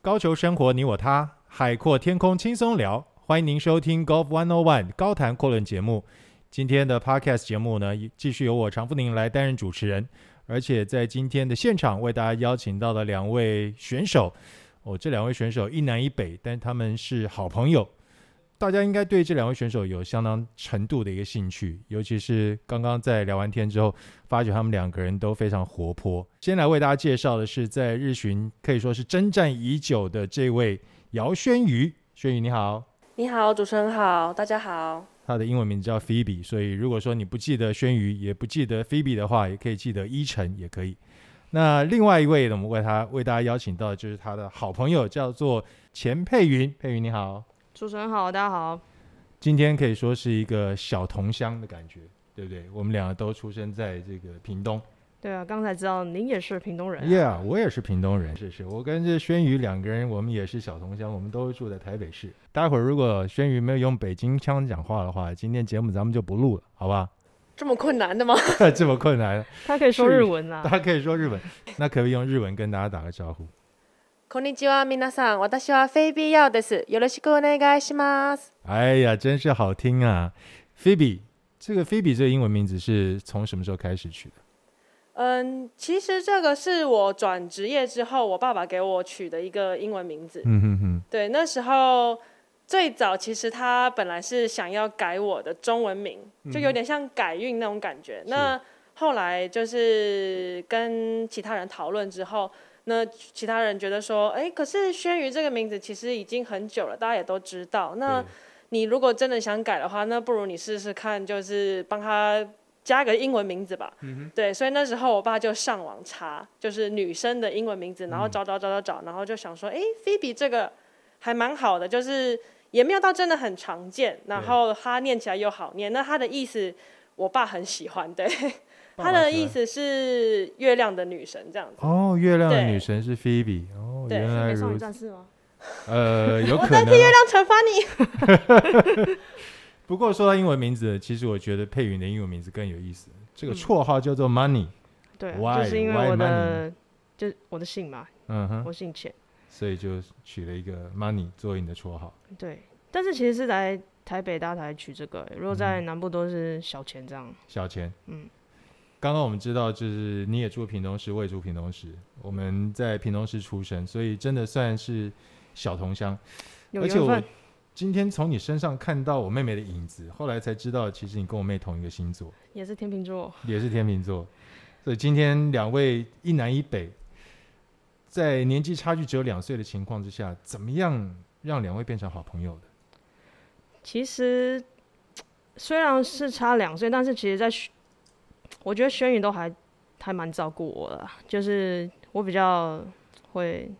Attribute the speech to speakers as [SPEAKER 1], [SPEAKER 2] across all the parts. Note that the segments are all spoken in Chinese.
[SPEAKER 1] 高球生活，你我他，海阔天空，轻松聊。欢迎您收听 Golf One O One 高谈阔论节目。今天的 Podcast 节目呢，继续由我常富宁来担任主持人，而且在今天的现场为大家邀请到的两位选手，哦，这两位选手一南一北，但他们是好朋友。大家应该对这两位选手有相当程度的一个兴趣，尤其是刚刚在聊完天之后，发觉他们两个人都非常活泼。先来为大家介绍的是，在日巡可以说是征战已久的这位姚轩瑜，轩瑜你好，
[SPEAKER 2] 你好，主持人好，大家好。
[SPEAKER 1] 他的英文名字叫 Phoebe，所以如果说你不记得轩瑜，也不记得 Phoebe 的话，也可以记得依晨，也可以。那另外一位呢，我们为他为大家邀请到的就是他的好朋友，叫做钱佩云，佩云你好。
[SPEAKER 3] 主持人好，大家好。
[SPEAKER 1] 今天可以说是一个小同乡的感觉，对不对？我们两个都出生在这个屏东。
[SPEAKER 3] 对啊，刚才知道您也是屏东人、啊。
[SPEAKER 1] Yeah，我也是屏东人，是是。我跟这轩宇两个人，我们也是小同乡，我们都住在台北市。待会儿如果轩宇没有用北京腔讲话的话，今天节目咱们就不录了，好吧？
[SPEAKER 2] 这么困难的吗？
[SPEAKER 1] 这么困难？啊
[SPEAKER 3] 他可以说日文啊。
[SPEAKER 1] 他可以说日文， 那可不可以用日文跟大家打个招呼？
[SPEAKER 2] こんにちは、皆さん。私はフェイビーヤオです。よろしくお願いします。
[SPEAKER 1] 哎呀，真是好听啊！菲比，这个菲比这个英文名字是从什么时候开始取的？
[SPEAKER 2] 嗯，其实这个是我转职业之后，我爸爸给我取的一个英文名字。
[SPEAKER 1] 嗯哼哼，
[SPEAKER 2] 对，那时候最早其实他本来是想要改我的中文名，就有点像改运那种感觉。
[SPEAKER 1] 嗯是
[SPEAKER 2] 那后来就是跟其他人讨论之后。那其他人觉得说，哎，可是轩宇这个名字其实已经很久了，大家也都知道。那你如果真的想改的话，那不如你试试看，就是帮他加个英文名字吧。
[SPEAKER 1] 嗯
[SPEAKER 2] 对，所以那时候我爸就上网查，就是女生的英文名字，然
[SPEAKER 1] 嗯
[SPEAKER 2] 后找找找找找，然后就想说，哎，Phoebe 这个还蛮好的，就是也没有到真的很常见，然后它念起来又好念。那它的意思，我爸很喜欢，对。 它的意思是月亮的女神这样子。
[SPEAKER 1] 哦，月亮的女神是 Phoebe。哦，
[SPEAKER 2] 对
[SPEAKER 1] 原来
[SPEAKER 3] 美少
[SPEAKER 1] 如
[SPEAKER 3] 女
[SPEAKER 1] 此。
[SPEAKER 3] 战士吗？
[SPEAKER 1] 呃，有
[SPEAKER 2] 我
[SPEAKER 1] 可
[SPEAKER 2] 代替
[SPEAKER 1] 能
[SPEAKER 2] 月
[SPEAKER 1] 啊。
[SPEAKER 2] 亮惩罚你。
[SPEAKER 1] 不过说到英文名字，其实我觉得佩云的英文名字更有意思。这
[SPEAKER 2] 嗯
[SPEAKER 1] 个绰号叫做 Money。
[SPEAKER 3] 对啊、
[SPEAKER 1] Why？
[SPEAKER 3] 就是因
[SPEAKER 1] Why
[SPEAKER 3] 为我的，就是我的姓嘛，
[SPEAKER 1] 嗯哼，
[SPEAKER 3] 我姓钱。
[SPEAKER 1] 所以就取了一个 Money 作为你的绰号。
[SPEAKER 3] 对，但是其实是来台北大台取这个、如果在南部都是小钱这样。
[SPEAKER 1] 小钱，
[SPEAKER 3] 嗯，
[SPEAKER 1] 刚刚我们知道，就是你也住屏东市，我也住屏东市，我们在屏东市出生，所以真的算是小同乡。
[SPEAKER 3] 有
[SPEAKER 1] 而且
[SPEAKER 3] 缘
[SPEAKER 1] 我
[SPEAKER 3] 分，
[SPEAKER 1] 今天从你身上看到我妹妹的影子，后来才知道，其实你跟我妹同一个星座，
[SPEAKER 3] 也是天秤座。
[SPEAKER 1] 也是天秤座。所以今天两位一南一北，在年纪差距只有两岁的情况之下，怎么样让两位变成好朋友的？
[SPEAKER 3] 其实虽然是差两岁，但是其实在学，我觉得轩宇都还还蛮照顾我的啦，就是我比较会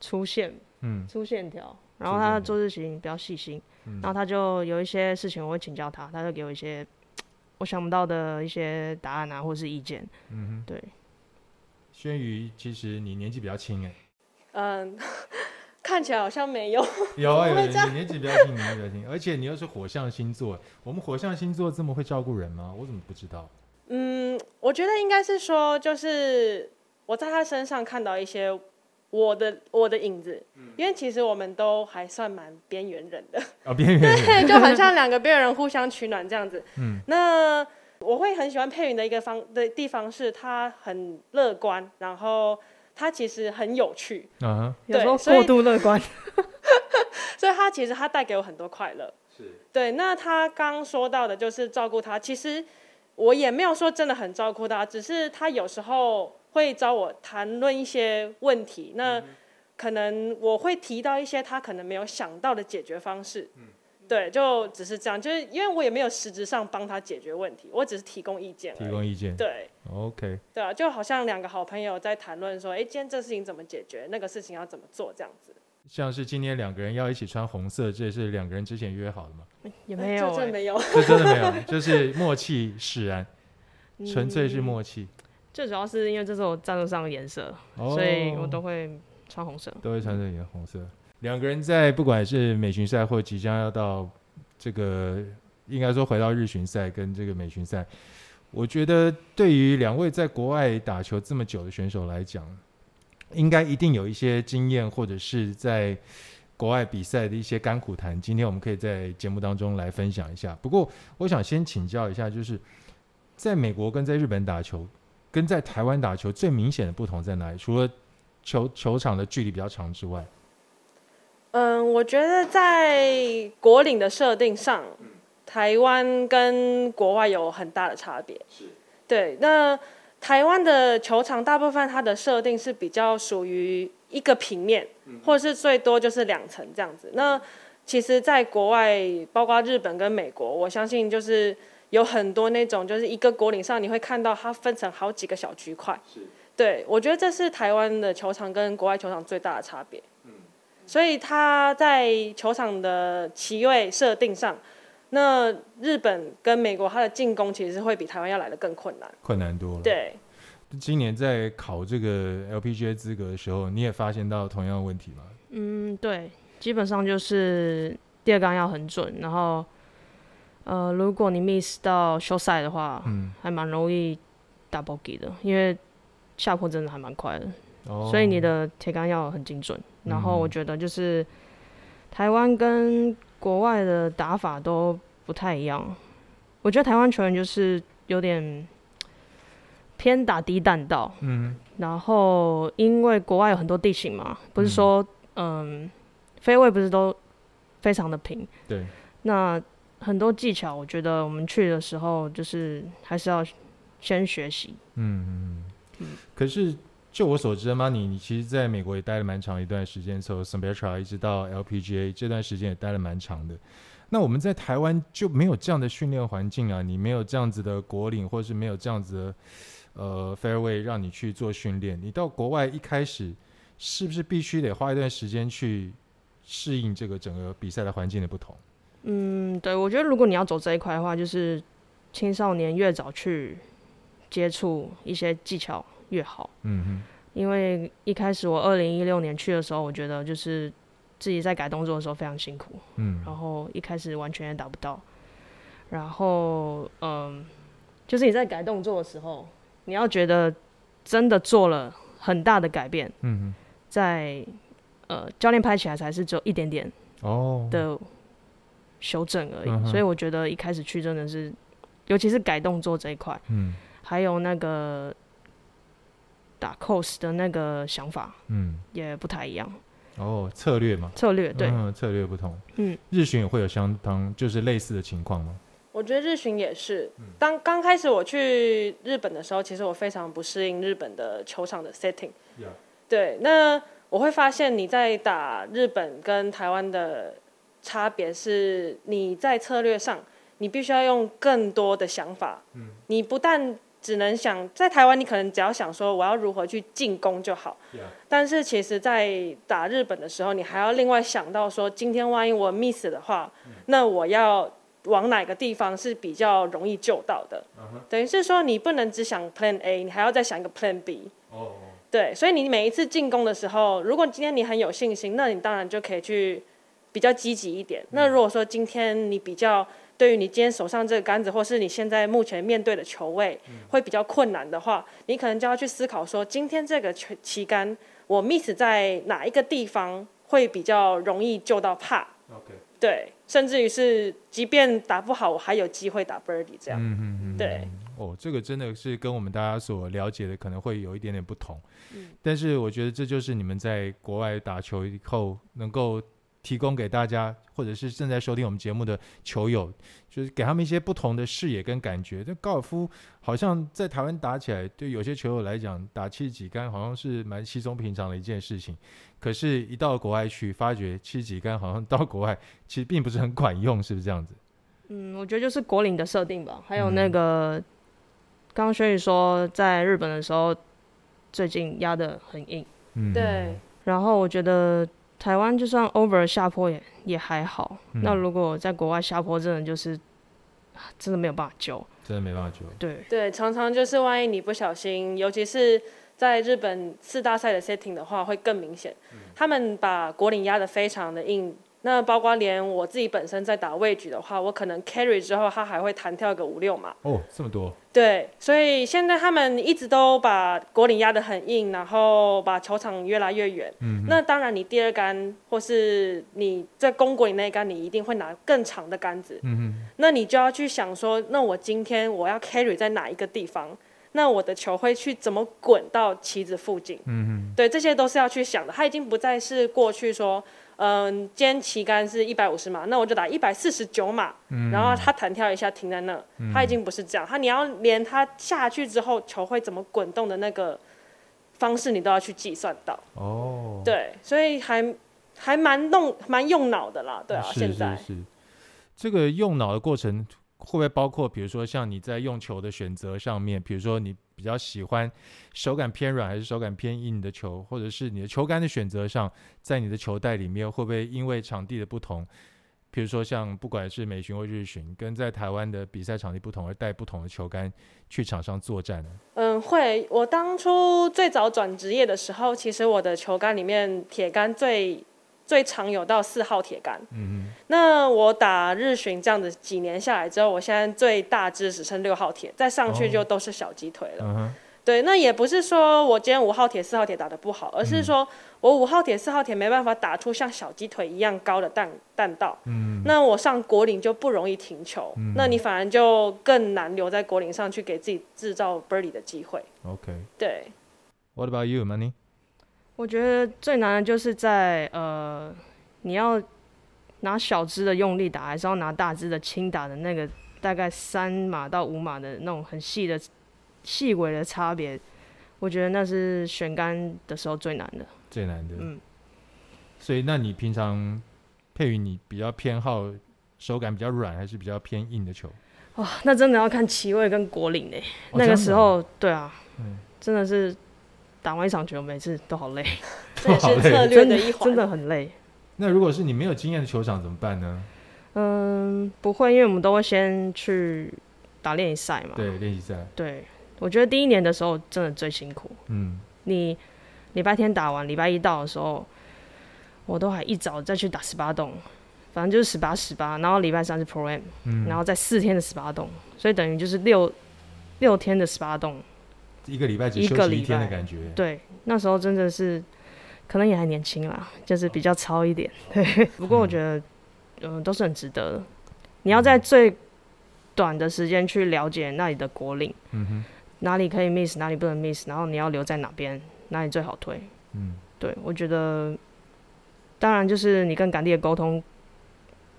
[SPEAKER 3] 出现
[SPEAKER 1] 嗯，
[SPEAKER 3] 粗线条，然后
[SPEAKER 1] 粗线条
[SPEAKER 3] 他做事情比较细心，
[SPEAKER 1] 嗯
[SPEAKER 3] 然后他就有一些事情我会请教他，他就给我一些我想不到的一些答案啊，或是意见。嗯对，
[SPEAKER 1] 轩宇，其实你年纪比较轻 哎、
[SPEAKER 2] 嗯， 看起来好像没有。
[SPEAKER 1] 有啊有啊，
[SPEAKER 2] 会这样
[SPEAKER 1] 你年纪比较轻，你年纪比较轻，而且你又是火象星座，我们火象星座这么会照顾人吗？我怎么不知道？
[SPEAKER 2] 嗯，我觉得应该是说，就是我在他身上看到一些我的我的影子，因为其实我们都还算蛮边缘人的，
[SPEAKER 1] 啊，边缘 人，
[SPEAKER 2] 对，就很像两个边缘人互相取暖这样子。
[SPEAKER 1] 嗯，
[SPEAKER 2] 那我会很喜欢佩云的一个方的地方是，他很乐观，然后他其实很有趣，
[SPEAKER 1] 啊哈，
[SPEAKER 3] 有时候
[SPEAKER 2] 所以
[SPEAKER 3] 过度乐观，
[SPEAKER 2] 所以他其实他带给我很多快乐。
[SPEAKER 1] 是，
[SPEAKER 2] 对，那他刚说到的就是照顾他，其实我也没有说真的很照顾他，只是他有时候会找我谈论一些问题，
[SPEAKER 1] 嗯
[SPEAKER 2] 那可能我会提到一些他可能没有想到的解决方式。
[SPEAKER 1] 嗯
[SPEAKER 2] 对，就只是这样，就是因为我也没有实质上帮他解决问题，我只是提供意见而
[SPEAKER 1] 提
[SPEAKER 2] 已。
[SPEAKER 1] 供意见
[SPEAKER 2] 对
[SPEAKER 1] ，OK，
[SPEAKER 2] 对啊，就好像两个好朋友在谈论说，哎，今天这事情怎么解决，那个事情要怎么做，这样子。
[SPEAKER 1] 像是今天两个人要一起穿红色，这也是两个人之前约好的嘛？
[SPEAKER 3] 也没有、
[SPEAKER 2] 这哎真
[SPEAKER 3] 欸，
[SPEAKER 2] 没有。
[SPEAKER 1] 这真的没有，就是默契使然，
[SPEAKER 2] 嗯
[SPEAKER 1] 纯粹是默契，
[SPEAKER 3] 最主要是因为这是我战斗上的颜色，
[SPEAKER 1] 哦
[SPEAKER 3] 所以我都会穿红色。
[SPEAKER 1] 都会穿着你的红色。两个人在不管是美巡赛或即将要到这个，应该说回到日巡赛跟这个美巡赛，我觉得对于两位在国外打球这么久的选手来讲，应该一定有一些经验，或者是在国外比赛的一些甘苦谈。今天我们可以在节目当中来分享一下。不过，我想先请教一下，就是在美国跟在日本打球，跟在台湾打球最明显的不同在哪里？除了球球场的距离比较长之外，
[SPEAKER 2] 嗯，我觉得在国领的设定上，台湾跟国外有很大的差别。是。对，那台湾的球场大部分它的设定是比较属于一个平面，或者是最多就是两层这样子。那其实，在国外，包括日本跟美国，我相信就是有很多那种，就是一个国领上你会看到它分成好几个小区块。是。对，我觉得这是台湾的球场跟国外球场最大的差别。所以他在球场的棋位设定上，那日本跟美国他的进攻其实会比台湾要来的更困难。
[SPEAKER 1] 困难多了。
[SPEAKER 2] 对，
[SPEAKER 1] 今年在考这个 LPGA 资格的时候，你也发现到同样的问题吗？
[SPEAKER 3] 嗯，对，基本上就是第二杆要很准，然后呃，如果你 miss 到休赛的话，
[SPEAKER 1] 嗯，
[SPEAKER 3] 还蛮容易打 bogey 的，因为下坡真的还蛮快的。
[SPEAKER 1] 哦
[SPEAKER 3] 所以你的铁杆要很精准。然后我
[SPEAKER 1] 嗯
[SPEAKER 3] 觉得就是台湾跟国外的打法都不太一样。我觉得台湾球员就是有点偏打低弹道，
[SPEAKER 1] 嗯
[SPEAKER 3] 然后因为国外有很多地形嘛，不是说嗯飞位不是都非常的平，
[SPEAKER 1] 对，
[SPEAKER 3] 那很多技巧，我觉得我们去的时候就是还是要先学习。
[SPEAKER 1] 嗯，可是就我所知嘛，你你其实在美国也待了蛮长一段时间，从 s a m b e t r a 一直到 LPGA 这段时间也待了蛮长的。那我们在台湾就没有这样的训练环境啊，你没有这样子的国领，或是没有这样子的呃 fairway 让你去做训练。你到国外一开始是不是必须得花一段时间去适应这个整个比赛的环境的不同？
[SPEAKER 3] 嗯，对，我觉得如果你要走这一块的话，就是青少年越早去接触一些技巧越好。
[SPEAKER 1] 嗯哼。
[SPEAKER 3] 因为一开始我二零一六年去的时候，我觉得就是自己在改动作的时候非常辛苦，
[SPEAKER 1] 嗯，
[SPEAKER 3] 然后一开始完全也打不到。然后，嗯，就是你在改动作的时候，你要觉得真的做了很大的改变，
[SPEAKER 1] 嗯
[SPEAKER 3] 在呃教练拍起来才是只有一点点
[SPEAKER 1] 哼，哦，
[SPEAKER 3] 的修正而已。
[SPEAKER 1] 嗯哼
[SPEAKER 3] 所以我觉得一开始去真的是，尤其是改动作这一块，
[SPEAKER 1] 嗯
[SPEAKER 3] 还有那个打 cos 的那个想法
[SPEAKER 1] 嗯，
[SPEAKER 3] 也不太一样，
[SPEAKER 1] 哦，策略嘛，
[SPEAKER 3] 策略对，
[SPEAKER 1] 嗯，策略不同。
[SPEAKER 3] 嗯，
[SPEAKER 1] 日巡也会有相当就是类似的情况吗？
[SPEAKER 2] 我觉得日巡也是。
[SPEAKER 1] 嗯
[SPEAKER 2] 当刚开始我去日本的时候，其实我非常不适应日本的球场的 setting。
[SPEAKER 1] Yeah
[SPEAKER 2] 对，那我会发现你在打日本跟台湾的差别是，你在策略上你必须要用更多的想法。嗯，你不但只能想在台湾，你可能只要想说我要如何去进攻就好。
[SPEAKER 1] Yeah
[SPEAKER 2] 但是其实，在打日本的时候，你还要另外想到说，今天万一我 miss 的话，
[SPEAKER 1] 嗯
[SPEAKER 2] 那我要往哪个地方是比较容易救到的。
[SPEAKER 1] 嗯
[SPEAKER 2] 等于是说，你不能只想 Plan A，你还要再想一个 Plan B。
[SPEAKER 1] 哦，
[SPEAKER 2] 对，所以你每一次进攻的时候，如果今天你很有信心，那你当然就可以去比较积极一点。
[SPEAKER 1] 嗯
[SPEAKER 2] 那如果说今天你比较对于你今天手上这个杆子，或是你现在目前面对的球位
[SPEAKER 1] 嗯
[SPEAKER 2] 会比较困难的话，你可能就要去思考说，今天这个球旗杆我 miss 在哪一个地方会比较容易救到怕。
[SPEAKER 1] OK
[SPEAKER 2] 对，甚至于是即便打不好，我还有机会打 birdie 这样。
[SPEAKER 1] 嗯嗯嗯，
[SPEAKER 2] 对，
[SPEAKER 1] 哦，这个真的是跟我们大家所了解的可能会有一点点不同，
[SPEAKER 3] 嗯
[SPEAKER 1] 但是我觉得这就是你们在国外打球以后能够提供给大家，或者是正在收听我们节目的球友，就是给他们一些不同的视野跟感觉。这高尔夫好像在台湾打起来，对有些球友来讲，打七几杆好像是蛮稀松平常的一件事情，可是，一到国外去，发觉七几杆好像到国外其实并不是很管用，是不是这样子？
[SPEAKER 3] 嗯，我觉得就是国领的设定吧，还有
[SPEAKER 1] 嗯
[SPEAKER 3] 那个刚刚轩宇说在日本的时候，最近压的很硬，
[SPEAKER 1] 嗯，
[SPEAKER 2] 对，
[SPEAKER 3] 然后我觉得台湾就算 over 下坡也也还好，
[SPEAKER 1] 嗯
[SPEAKER 3] 那如果在国外下坡真的就是啊真的没有办法救，
[SPEAKER 1] 真的没办法救。
[SPEAKER 3] 对，
[SPEAKER 2] 对，常常就是万一你不小心，尤其是在日
[SPEAKER 1] 嗯
[SPEAKER 2] 本四大赛的 setting 的话，会更明显。他们把国领压得非常的硬，那包括连我自己本身在打位局的话，我可能 carry 之后，他还会弹跳个五六码。
[SPEAKER 1] 哦，这么多，
[SPEAKER 2] 对，所以现在他们一直都把国岭压得很硬，然后把球场越拉越远。嗯，那当然，你第二杆或是你在攻国岭那一杆，你一定会拿更长的杆子。
[SPEAKER 1] 嗯
[SPEAKER 2] 那你就要去想说，那我今天我要 carry 在哪一个地方？那我的球会去怎么滚到旗子附近？
[SPEAKER 1] 嗯
[SPEAKER 2] 对，这些都是要去想的。它已经不再是过去说，嗯、今天旗杆是一百五十码，那我就打一百四十九码，
[SPEAKER 1] 嗯
[SPEAKER 2] 然后它弹跳一下停在那，它已经不是这样。它你要连它下去之后球会怎么滚动的那个方式，你都要去计算到。
[SPEAKER 1] 哼，哦，
[SPEAKER 2] 对，所以还还蛮弄蛮用脑的啦，对啊，
[SPEAKER 1] 是
[SPEAKER 2] 现在
[SPEAKER 1] 是是，这个用脑的过程会不会包括，比如说像你在用球的选择上面，比如说你比较喜欢手感偏软还是手感偏硬的球，或者是你的球杆的选择上，在你的球袋里面会不会因为场地的不同，比如说像不管是美巡或日巡，跟在台湾的比赛场地不同而带不同的球杆去场上作战呢？
[SPEAKER 2] 嗯，会。我当初最早转职业的时候，其实我的球杆里面铁杆最最常有到四号铁杆。
[SPEAKER 1] 嗯
[SPEAKER 2] 那我打日巡这样子几年下来之后，我现在最大只只剩六号铁，再上去就都是小鸡腿
[SPEAKER 1] 哦
[SPEAKER 2] 了。
[SPEAKER 1] 嗯哼，
[SPEAKER 2] 对，那也不是说我今天五号铁、四号铁打得不好，而
[SPEAKER 1] 嗯
[SPEAKER 2] 是说我五号铁、四号铁没办法打出像小鸡腿一样高的弹弹道。
[SPEAKER 1] 嗯
[SPEAKER 2] 那我上果岭就不容易停球，那你反而就更难留在果岭上去给自己制造 birdie 的机会。
[SPEAKER 1] ，OK。
[SPEAKER 2] 对。
[SPEAKER 1] What about you, Money？
[SPEAKER 3] 我觉得最难的就是在呃，你要拿小支的用力打，还是要拿大支的轻打的那个大概三码到五码的那种很细的、细微的差别，我觉得那是选杆的时候最难的。
[SPEAKER 1] 最难的。
[SPEAKER 3] 嗯，
[SPEAKER 1] 所以那你平常佩云，你比较偏好手感比较软，还是比较偏硬的球？
[SPEAKER 3] 哇、啊那真的要看旗位跟果岭呢、
[SPEAKER 1] 哦
[SPEAKER 3] 那个时，候，对啊，
[SPEAKER 1] 嗯
[SPEAKER 3] 真的是打完一场球，每次都好累，
[SPEAKER 2] 这也是策略
[SPEAKER 3] 真
[SPEAKER 2] 的
[SPEAKER 3] 的
[SPEAKER 2] 一环。
[SPEAKER 3] 真的很累。
[SPEAKER 1] 这样的那如果是你没有经验的球场怎么办呢？
[SPEAKER 3] 嗯，不会，因为我们都会先去打练习赛嘛。
[SPEAKER 1] 对，练习赛，
[SPEAKER 3] 对，我觉得第一年的时候真的最辛苦。
[SPEAKER 1] 嗯，
[SPEAKER 3] 你礼拜天打完，礼拜一到的时候，我都还一早再去打十八洞，反正就是十八十八，然后礼拜三是 Pro M，、
[SPEAKER 1] 嗯
[SPEAKER 3] 然后再四天的十八洞，所以等于就是六六天的十八洞。
[SPEAKER 1] 一个礼拜只
[SPEAKER 3] 一
[SPEAKER 1] 休
[SPEAKER 3] 个
[SPEAKER 1] 息一
[SPEAKER 3] 礼
[SPEAKER 1] 天的
[SPEAKER 3] 拜
[SPEAKER 1] 感觉。
[SPEAKER 3] 对，那时候真的是可能也还年轻啦，就是比较糙一点。对， 不过我觉得嗯、呃都是很值得的。你要在
[SPEAKER 1] 嗯
[SPEAKER 3] 最短的时间去了解那里的国领，
[SPEAKER 1] 嗯哼，
[SPEAKER 3] 哪里可以 miss，哪里不能 miss，然后你要留在哪边，哪里最好推。
[SPEAKER 1] 嗯，
[SPEAKER 3] 对，我觉得，当然就是你跟杆地的沟通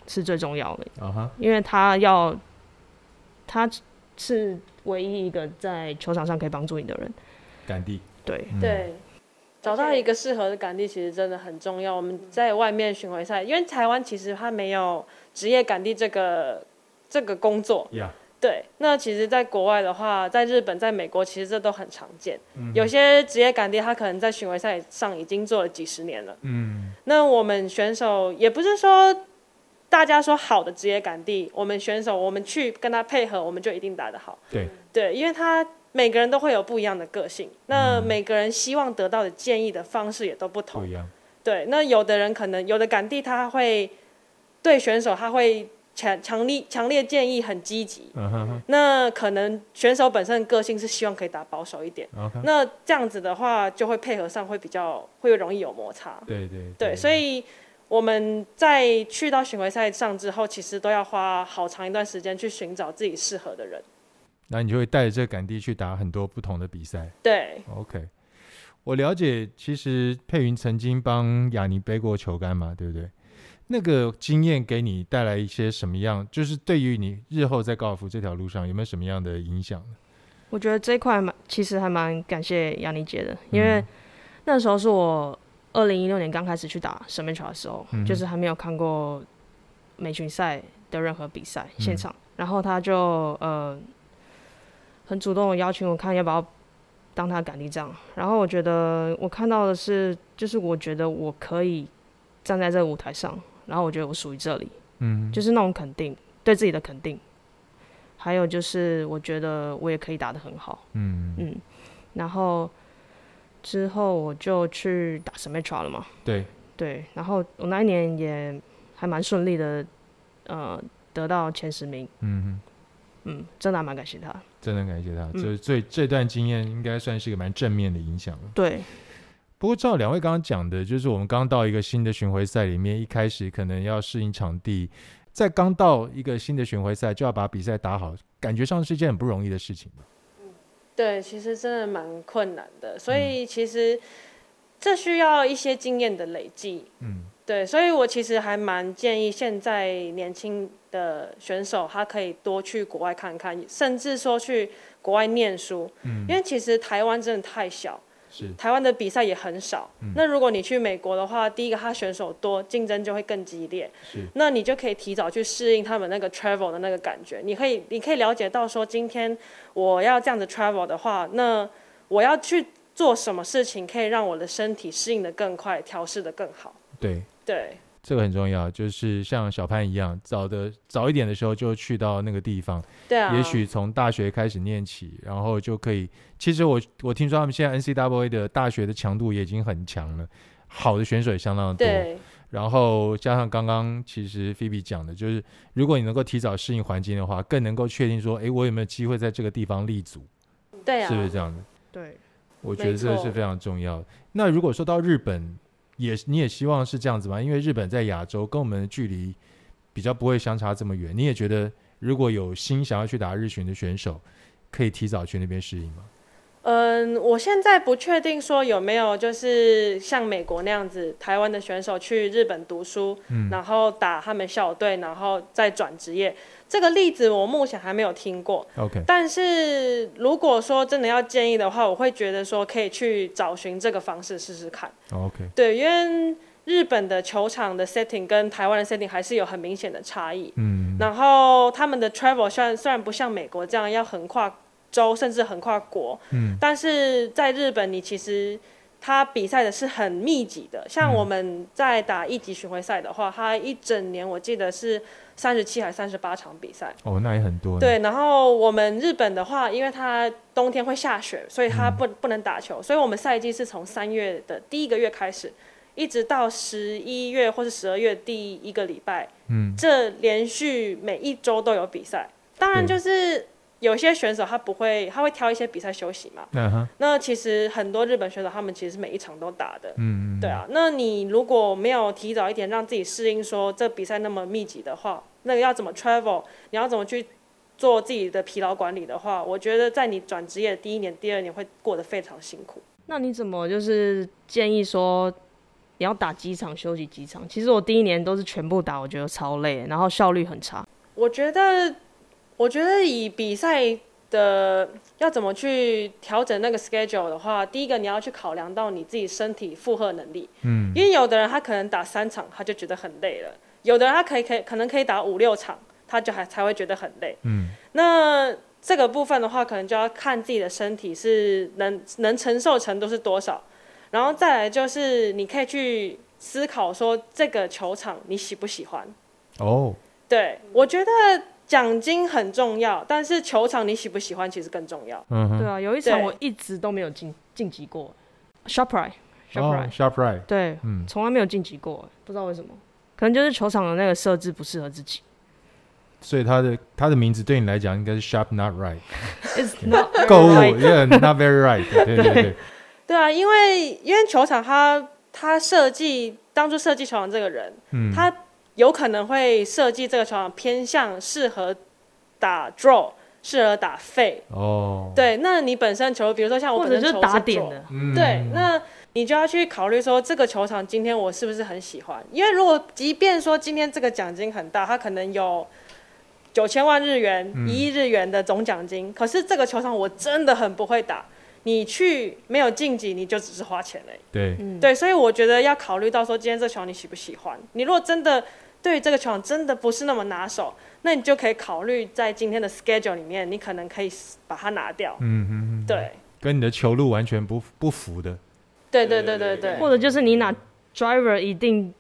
[SPEAKER 3] 是最重要的，
[SPEAKER 1] 啊哈，
[SPEAKER 3] 因为他要，他是唯一一个在球场上可以帮助你的人。
[SPEAKER 1] 感地，
[SPEAKER 3] 对，
[SPEAKER 1] 嗯，
[SPEAKER 2] 对，找到一个适合的杆地其实真的很重要。我们在外面巡回赛，因为台湾其实它没有职业杆地这个这个工作。
[SPEAKER 1] 呀，
[SPEAKER 2] 对，那其实，在国外的话，在日本、在美国，其实这都很常见。
[SPEAKER 3] 嗯
[SPEAKER 2] 有些职业杆地，他可能在巡回赛上已经做了几十年了。
[SPEAKER 1] 嗯，
[SPEAKER 2] 那我们选手也不是说大家说好的职业杆地，我们选手我们去跟他配合，我们就一定打得好。
[SPEAKER 1] 对，
[SPEAKER 2] 对，因为他每个人都会有不一样的个性，那每个人希望得到的建议的方式也都不
[SPEAKER 1] 不
[SPEAKER 2] 同
[SPEAKER 1] 一。样，
[SPEAKER 2] 对，那有的人可能有的杆地他会对选手他会强强力强烈建议很积极，
[SPEAKER 1] 嗯哼
[SPEAKER 2] 那可能选手本身的个性是希望可以打保守一点，
[SPEAKER 1] 哼，OK，
[SPEAKER 3] 嗯
[SPEAKER 2] 那这样子的话就会配合上会比较会容易有摩擦。
[SPEAKER 1] 对对
[SPEAKER 2] 对，所以我们在去到巡回赛上之后，其实都要花好长一段时间去寻找自己适合的人。
[SPEAKER 1] 那你就会带着这个感地去打很多不同的比赛。
[SPEAKER 2] 对，
[SPEAKER 1] OK，我了解，其实佩云曾经帮雅尼背过球杆嘛，对不对？那个经验给你带来一些什么样？就是对于你日后在高尔夫这条路上有没有什么样的影响呢？
[SPEAKER 3] 我觉得这一块蛮，其实还蛮感谢杨妮姐的，因
[SPEAKER 1] 嗯
[SPEAKER 3] 为那时候是我二零一六年刚开始去打神门球的时候，
[SPEAKER 1] 嗯哼
[SPEAKER 3] 就是还没有看过美巡赛的任何比赛
[SPEAKER 1] 嗯
[SPEAKER 3] 现场，然后他就呃很主动的邀请我看要不要当他的杆力杖，然后我觉得我看到的是，就是我觉得我可以站在这个舞台上，然后我觉得我属于这里，
[SPEAKER 1] 嗯，
[SPEAKER 3] 就是那种肯定，对自己的肯定，还有就是我觉得我也可以打得很好，
[SPEAKER 1] 嗯，
[SPEAKER 3] 嗯，然后之后我就去打 s m e t r a 了嘛，
[SPEAKER 1] 对，
[SPEAKER 3] 对，然后我那一年也还蛮顺利的，呃，得到前十名。
[SPEAKER 1] 嗯哼。
[SPEAKER 3] 嗯，真的还蛮感谢他。
[SPEAKER 1] 真的很感谢他，
[SPEAKER 3] 嗯
[SPEAKER 1] 就是最这段经验应该算是一个蛮正面的影响了。
[SPEAKER 3] 对，
[SPEAKER 1] 不过照两位刚刚讲的，就是我们刚到一个新的巡回赛里面，一开始可能要适应场地，在刚到一个新的巡回赛就要把比赛打好，感觉上是一件很不容易的事情。
[SPEAKER 2] 对，其实真的蛮困难的，所
[SPEAKER 1] 嗯
[SPEAKER 2] 以其实这需要一些经验的累积。
[SPEAKER 1] 嗯，
[SPEAKER 2] 对，所以我其实还蛮建议现在年轻的选手，他可以多去国外看看，甚至说去国外念书，
[SPEAKER 1] 嗯
[SPEAKER 2] 因为其实台湾真的太小，
[SPEAKER 1] 是嗯
[SPEAKER 2] 台湾的比赛也很少。那如果你去美国的话，第一个他选手多，竞争就会更激烈，
[SPEAKER 1] 是，
[SPEAKER 2] 那你就可以提早去适应他们那个 travel 的那个感觉。你可以，你可以了解到说，今天我要这样子 travel 的话，那我要去做什么事情可以让我的身体适应的更快，调试的更好。
[SPEAKER 1] 对，
[SPEAKER 2] 对。
[SPEAKER 1] 这个很重要，就是像小潘一样，早的早一点的时候就去到那个地方，
[SPEAKER 2] 对啊，
[SPEAKER 1] 也许从大学开始念起，然后就可以。其实我我听说他们现在 NCAA 的大学的强度也已经很强了，好的选手也相当的多。
[SPEAKER 2] 对
[SPEAKER 1] 然后加上刚刚其实菲比讲的，就是如果你能够提早适应环境的话，更能够确定说，诶，我有没有机会在这个地方立足，
[SPEAKER 2] 对啊，
[SPEAKER 1] 是不是这样的？
[SPEAKER 3] 对，
[SPEAKER 1] 我觉得
[SPEAKER 2] 没
[SPEAKER 1] 这个
[SPEAKER 2] 错
[SPEAKER 1] 是非常重要的。那如果说到日本，也你也希望是这样子吗？因为日本在亚洲跟我们的距离比较不会相差这么远，你也觉得如果有心想要去打日巡的选手，可以提早去那边适应吗？
[SPEAKER 2] 嗯，我现在不确定说有没有就是像美国那样子，台湾的选手去日本读书，
[SPEAKER 1] 嗯
[SPEAKER 2] 然后打他们校队，然后再转职业。这个例子我目前还没有听过。
[SPEAKER 1] ，OK，
[SPEAKER 2] 但是如果说真的要建议的话，我会觉得说可以去找寻这个方式试试看。
[SPEAKER 1] 好 OK，
[SPEAKER 2] 对，因为日本的球场的 setting 跟台湾的 setting 还是有很明显的差异。
[SPEAKER 1] 嗯，
[SPEAKER 2] 然后他们的 travel 虽然虽然不像美国这样要横跨州甚至横跨国，
[SPEAKER 1] 嗯，
[SPEAKER 2] 但是在日本你其实它比赛的是很密集的，像
[SPEAKER 1] 嗯
[SPEAKER 2] 我们在打一级巡回赛的话，它一整年我记得是三十七还三十八场比赛。
[SPEAKER 1] 哦，那也很多呢，
[SPEAKER 2] 对，然后我们日本的话，因为它冬天会下雪，所以
[SPEAKER 1] 嗯
[SPEAKER 2] 它不不能打球，所以我们赛季是从三月的第一个月开始，一直到十一月或是十二月第一个礼拜，
[SPEAKER 1] 嗯，
[SPEAKER 2] 这连续每一周都有比赛。当然，
[SPEAKER 1] 对
[SPEAKER 2] 就是有些选手他不会，他会挑一些比赛休息嘛。
[SPEAKER 1] 那哈，
[SPEAKER 2] 那其实很多日本选手他们其实每一场都打的。
[SPEAKER 1] 嗯嗯，
[SPEAKER 2] 对啊，那你如果没有提早一点让自己适应说这比赛那么密集的话，那个要怎么 travel，你要怎么去做自己的疲劳管理的话，我觉得在你转职业的第一年、第二年会过得非常辛苦。
[SPEAKER 3] 那你怎么就是建议说你要打几场休息几场？其实我第一年都是全部打，我觉得超累，然后效率很差。
[SPEAKER 2] 我觉得，我觉得以比赛的要怎么去调整那个 schedule 的话，第一个你要去考量到你自己身体负荷能力，
[SPEAKER 1] 嗯，
[SPEAKER 2] 因为有的人他可能打三场他就觉得很累了，有的人他可以可以可能可以打五六场，他就还才会觉得很累。
[SPEAKER 1] 嗯，
[SPEAKER 2] 那这个部分的话，可能就要看自己的身体是能能承受程度是多少，然后再来就是你可以去思考说这个球场你喜不喜欢。
[SPEAKER 1] 哦，
[SPEAKER 2] 对我觉得奖金很重要，但是球场你喜不喜欢其实更重要。
[SPEAKER 1] 嗯
[SPEAKER 3] 对
[SPEAKER 1] 哼，
[SPEAKER 3] 啊，有一场
[SPEAKER 2] 对
[SPEAKER 3] 我一直都没有晋晋级过 s h o p r i s h o p
[SPEAKER 1] 哦
[SPEAKER 3] r i
[SPEAKER 1] ，Sharp Right，
[SPEAKER 3] 对，
[SPEAKER 1] 嗯，
[SPEAKER 3] 从来没有晋级过，不知道为什么，可能就是球场的那个设置不适合自己。
[SPEAKER 1] 所以他的他的名字对你来讲应该是 Sharp Not Right，
[SPEAKER 3] It's not very
[SPEAKER 1] 购物
[SPEAKER 3] right
[SPEAKER 1] 也 Not Very Right，对对对，
[SPEAKER 2] 对啊，因为因为球场它它设计当初设计球场这个人，
[SPEAKER 1] 嗯，
[SPEAKER 2] 他有可能会设计这个球场偏向适合打 draw，适合打废。
[SPEAKER 1] 哦，
[SPEAKER 2] 对，那你本身球，比如说像我
[SPEAKER 3] 或
[SPEAKER 2] 本
[SPEAKER 3] 者
[SPEAKER 2] 身
[SPEAKER 3] 就
[SPEAKER 2] 球
[SPEAKER 3] 是打
[SPEAKER 2] draw
[SPEAKER 3] 点的，
[SPEAKER 1] 嗯，
[SPEAKER 2] 对，那你就要去考虑说这个球场今天我是不是很喜欢？因为如果即便说今天这个奖金很大，它可能有九千万日元、
[SPEAKER 1] 嗯
[SPEAKER 2] 一亿日元的总奖金，可是这个球场我真的很不会打。你去没有晋级，你就只是花钱而已。
[SPEAKER 1] 对，
[SPEAKER 3] 嗯，
[SPEAKER 2] 对，所以我觉得要考虑到说今天这球你喜不喜欢。你如果真的对于这个球场真的不是那么拿手，那你就可以考虑在今天的 schedule 里面，你可能可以把它拿掉。
[SPEAKER 1] 嗯嗯，嗯，
[SPEAKER 2] 对，
[SPEAKER 1] 跟你的球路完全不不符的，
[SPEAKER 2] 对对对对对
[SPEAKER 3] 或者就是你拿 driver 一定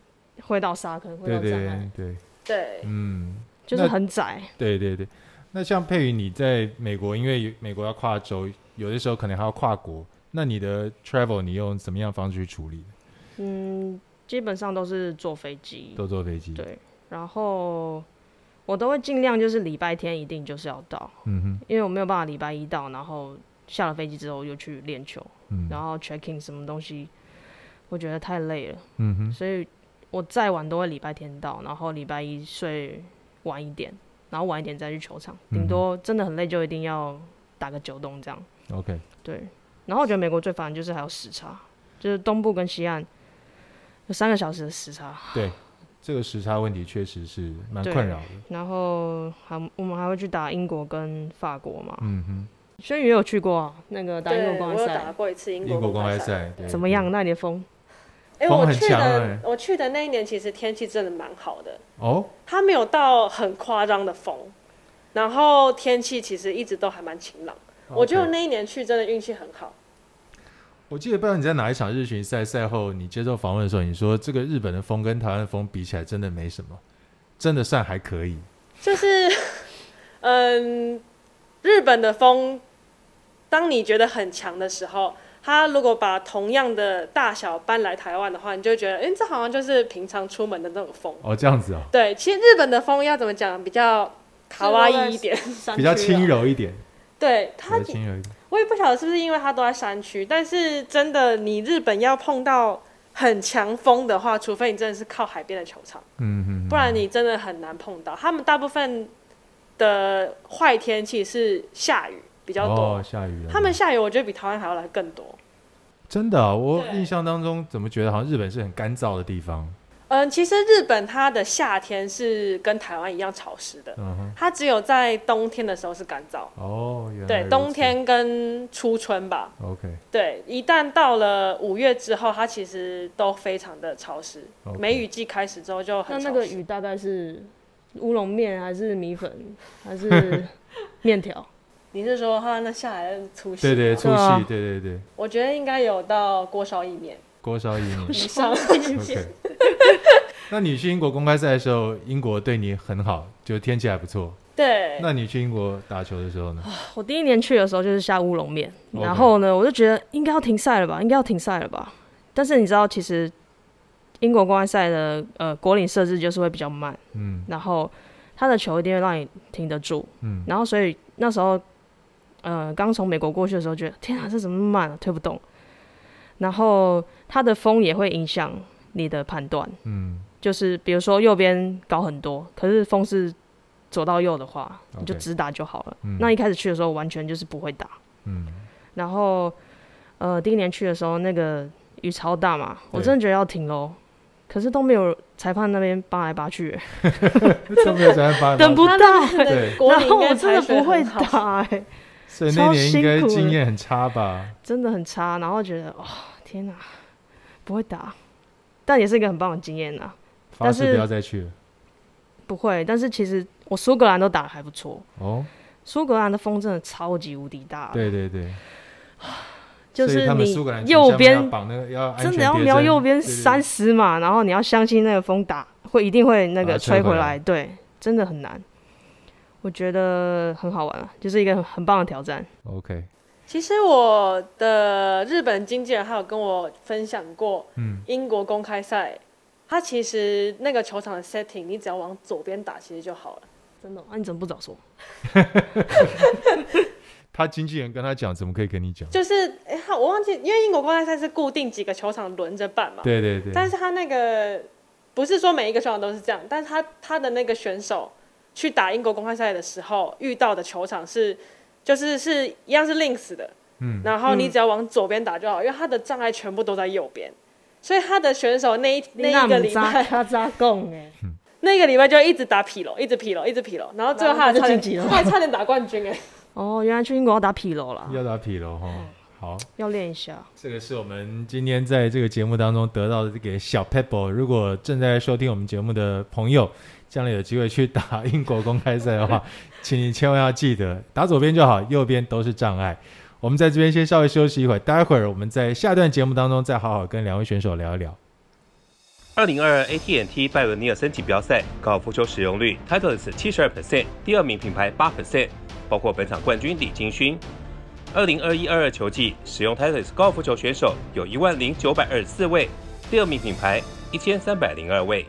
[SPEAKER 3] 会到沙坑，会
[SPEAKER 1] 对
[SPEAKER 3] 到
[SPEAKER 1] 对
[SPEAKER 3] 障碍，
[SPEAKER 1] 对对，
[SPEAKER 2] 对。
[SPEAKER 1] 嗯，
[SPEAKER 3] 就是很窄。
[SPEAKER 1] 对对对。那像佩宇，你在美国，因为美国要跨州，有的时候可能还要跨国，那你的 travel 你用怎么样的方式去处理？
[SPEAKER 3] 嗯，基本上都是坐飞机。
[SPEAKER 1] 都坐飞机，
[SPEAKER 3] 对，然后我都会尽量就是礼拜天一定就是要到，
[SPEAKER 1] 嗯
[SPEAKER 3] 因为我没有办法礼拜一到，然后下了飞机之后又去练球，
[SPEAKER 1] 哼，嗯
[SPEAKER 3] 然后 checking 什么东西，我觉得太累了，
[SPEAKER 1] 嗯哼，
[SPEAKER 3] 所以我再晚都会礼拜天到，然后礼拜一睡晚一点，然后晚一点再去球场，
[SPEAKER 1] 嗯
[SPEAKER 3] 顶多真的很累就一定要打个九洞这样。
[SPEAKER 1] OK，
[SPEAKER 3] 对，然后我觉得美国最烦的就是还有时差，就是东部跟西岸有三个小时的时差，
[SPEAKER 1] 对，这个时差问题确实是蛮
[SPEAKER 3] 对
[SPEAKER 1] 困扰的。
[SPEAKER 3] 然后还我们还会去打英国跟法国嘛。
[SPEAKER 1] 嗯哼，
[SPEAKER 3] 轩宇也有去过啊那个打英国
[SPEAKER 2] 对，
[SPEAKER 3] 公
[SPEAKER 2] 我
[SPEAKER 3] 开
[SPEAKER 2] 有
[SPEAKER 3] 赛
[SPEAKER 2] 打，过一次英
[SPEAKER 1] 英国公
[SPEAKER 2] 公
[SPEAKER 1] 开
[SPEAKER 2] 赛。
[SPEAKER 1] 赛对嗯
[SPEAKER 3] 怎么样？那你的风
[SPEAKER 2] 哎、
[SPEAKER 1] 风
[SPEAKER 2] 我
[SPEAKER 1] 很
[SPEAKER 2] 去
[SPEAKER 1] 强
[SPEAKER 2] 的、
[SPEAKER 1] 哎
[SPEAKER 2] 我去的那一年，其实天气真的蛮好的，
[SPEAKER 1] 哦，
[SPEAKER 2] 它没有到很夸张的风，然后天气其实一直都还蛮晴朗。我觉得我
[SPEAKER 1] OK
[SPEAKER 2] 那一年去真的运气很好。
[SPEAKER 1] 我记得不知道你在哪一场日巡赛赛后，你接受访问的时候，你说这个日本的风跟台湾的风比起来，真的没什么，真的算还可以。
[SPEAKER 2] 就是， 嗯，日本的风，当你觉得很强的时候，它如果把同样的大小搬来台湾的话，你就会觉得，哎、这好像就是平常出门的那种风。
[SPEAKER 1] 哦，这样子哦，
[SPEAKER 2] 对，其实日本的风要怎么讲，比较卡哇伊一点。
[SPEAKER 1] 比较轻
[SPEAKER 3] 柔。
[SPEAKER 1] 柔一点，
[SPEAKER 2] 对
[SPEAKER 1] 比
[SPEAKER 2] 它
[SPEAKER 1] 较，轻柔一点。
[SPEAKER 2] 我也不晓得是不是因为它都在山区，但是真的，你日本要碰到很强风的话，除非你真的是靠海边的球场。
[SPEAKER 1] 嗯哼，
[SPEAKER 2] 不然你真的很难碰到。他们大部分的坏天气是下雨比
[SPEAKER 1] 比
[SPEAKER 2] 较多，
[SPEAKER 1] 哦、下雨了。
[SPEAKER 2] 他们下雨我觉得比台湾还要来更多。
[SPEAKER 1] 真的啊、我
[SPEAKER 2] 对
[SPEAKER 1] 印象当中怎么觉得好像日本是很干燥的地方？
[SPEAKER 2] 嗯，其实日本它的夏天是跟台湾一样潮湿的，
[SPEAKER 1] 嗯哼，
[SPEAKER 2] 它只有在冬天的时候是干燥。
[SPEAKER 1] 哦，原来
[SPEAKER 2] 对
[SPEAKER 1] 如，此
[SPEAKER 2] 冬。天跟初春吧。
[SPEAKER 1] OK，
[SPEAKER 2] 对，一旦到了五月之后，它其实都非常的潮湿。
[SPEAKER 1] OK
[SPEAKER 2] 梅雨季开始之后就
[SPEAKER 3] 那
[SPEAKER 2] 很潮湿。
[SPEAKER 3] 那个雨大概是乌龙面还是米粉还是面条？
[SPEAKER 2] 你是说它那下来的粗细？
[SPEAKER 1] 对对，出
[SPEAKER 3] 对啊
[SPEAKER 1] 戏，对对对，
[SPEAKER 2] 我觉得应该有到锅烧意面
[SPEAKER 1] 锅烧意 面。
[SPEAKER 2] 以上。
[SPEAKER 1] OK，那你去英国公开赛的时候，英国对你很好，就天气还不错。
[SPEAKER 2] 对，
[SPEAKER 1] 那你去英国打球的时候呢？
[SPEAKER 3] 我第一年去的时候就是下乌龙面，
[SPEAKER 1] OK
[SPEAKER 3] 然后呢，我就觉得应该要停赛了吧，应该要停赛了吧。但是你知道，其实英国公开赛的呃国领设置就是会比较慢，
[SPEAKER 1] 嗯
[SPEAKER 3] 然后他的球一定会让你停得住，
[SPEAKER 1] 嗯，
[SPEAKER 3] 然后所以那时候呃刚从美国过去的时候，觉得天啊，这怎么那么慢啊，推不动。然后它的风也会影响你的判断，
[SPEAKER 1] 嗯
[SPEAKER 3] 就是比如说右边高很多，可是风是左到右的话，你就
[SPEAKER 1] OK
[SPEAKER 3] 直打就好了。
[SPEAKER 1] 嗯
[SPEAKER 3] 那一开始去的时候完全就是不会打，
[SPEAKER 1] 嗯，
[SPEAKER 3] 然后呃，第一年去的时候，那个雨超大嘛，我
[SPEAKER 1] 对
[SPEAKER 3] 真的觉得要停喽，可是都没有裁判那边扒来扒 去、欸
[SPEAKER 1] 都没有在发
[SPEAKER 3] 等不到、欸
[SPEAKER 1] 对，
[SPEAKER 2] 国
[SPEAKER 3] 然
[SPEAKER 2] 民
[SPEAKER 3] 后
[SPEAKER 2] 应该
[SPEAKER 3] 我真的
[SPEAKER 2] 排水
[SPEAKER 3] 不会
[SPEAKER 2] 很好
[SPEAKER 3] 打、欸，
[SPEAKER 1] 所以那
[SPEAKER 3] 超
[SPEAKER 1] 年应
[SPEAKER 3] 辛
[SPEAKER 1] 该
[SPEAKER 3] 苦的
[SPEAKER 1] 经验很差吧？
[SPEAKER 3] 真的很差。然后觉得哦，天哪，不会打，但也是一个很棒的经验呐。
[SPEAKER 1] 发
[SPEAKER 3] 但
[SPEAKER 1] 誓
[SPEAKER 3] 是
[SPEAKER 1] 不要再去了。
[SPEAKER 3] 不会，但是其实我苏格兰都打得还不错，
[SPEAKER 1] 哦，
[SPEAKER 3] 苏格兰的风真的超级无敌大，
[SPEAKER 1] 对对对，
[SPEAKER 3] 啊就
[SPEAKER 1] 所以
[SPEAKER 3] 是
[SPEAKER 1] 他们
[SPEAKER 3] 你
[SPEAKER 1] 苏格兰旗
[SPEAKER 3] 右
[SPEAKER 1] 下面
[SPEAKER 3] 边
[SPEAKER 1] 要绑那个要安
[SPEAKER 3] 真
[SPEAKER 1] 全
[SPEAKER 3] 的要
[SPEAKER 1] 别
[SPEAKER 3] 瞄
[SPEAKER 1] 针
[SPEAKER 3] 右边
[SPEAKER 1] 对对对
[SPEAKER 3] 三十码，然后你要相信那个风打会一定会那
[SPEAKER 1] 把它
[SPEAKER 3] 个
[SPEAKER 1] 吹
[SPEAKER 3] 吹
[SPEAKER 1] 回
[SPEAKER 3] 回
[SPEAKER 1] 来
[SPEAKER 3] 来，对，真的很难。我觉得很好玩啊，就是一个很很棒的挑战。
[SPEAKER 1] OK，
[SPEAKER 2] 其实我的日本经纪人还有跟我分享过，
[SPEAKER 1] 嗯
[SPEAKER 2] 英国公开赛，它其实那个球场的 setting，你只要往左边打其实就好了。
[SPEAKER 3] 真的、啊，你怎么不早说？
[SPEAKER 1] 他经纪人跟他讲，怎么可以跟你讲？
[SPEAKER 2] 就是哎，它我忘记，因为英国公开赛是固定几个球场轮着办嘛，
[SPEAKER 1] 对对对，
[SPEAKER 2] 但是它那个不是说每一个球场都是这样，但是他他的那个选手去打英国公开赛的时候遇到的球场是。就是是一样是 links 的，
[SPEAKER 1] 嗯
[SPEAKER 2] 然后你
[SPEAKER 3] 嗯
[SPEAKER 2] 只要往左边打就好，因为他的障碍全部都在右边，所以他的选手那一那
[SPEAKER 3] 那
[SPEAKER 2] 一个礼拜
[SPEAKER 3] 咔嚓贡哎，
[SPEAKER 2] 那个礼拜就一直打疲劳，一直疲劳，一直疲劳，然后最后他还 差
[SPEAKER 3] 然后他
[SPEAKER 2] 点，
[SPEAKER 3] 就晋级了
[SPEAKER 2] 他还差点打冠军哎、
[SPEAKER 3] 哦，原来去英国要打疲劳啦，
[SPEAKER 1] 要打疲了哈。好，
[SPEAKER 3] 要练一下。
[SPEAKER 1] 这个是我们今天在这个节目当中得到的这个小 pebble。如果正在收听我们节目的朋友，将来有机会去打英国公开赛的 话，请你千万要记得打左边就好，右边都是障碍。我们在这边先稍微休息一会儿，待会儿我们在下段节目当中再好好跟两位选手聊一聊。
[SPEAKER 4] 二零二二 AT&T 拜伦尼尔森锦标赛高尔夫球使用率 Titleist 七十二 percent，第二名品牌八 percent，包括本场冠军李金勋。二零二一二二球季使用 Titleist 高尔夫球选手有一万零九百二十四位，第二名品牌一千三百零二位。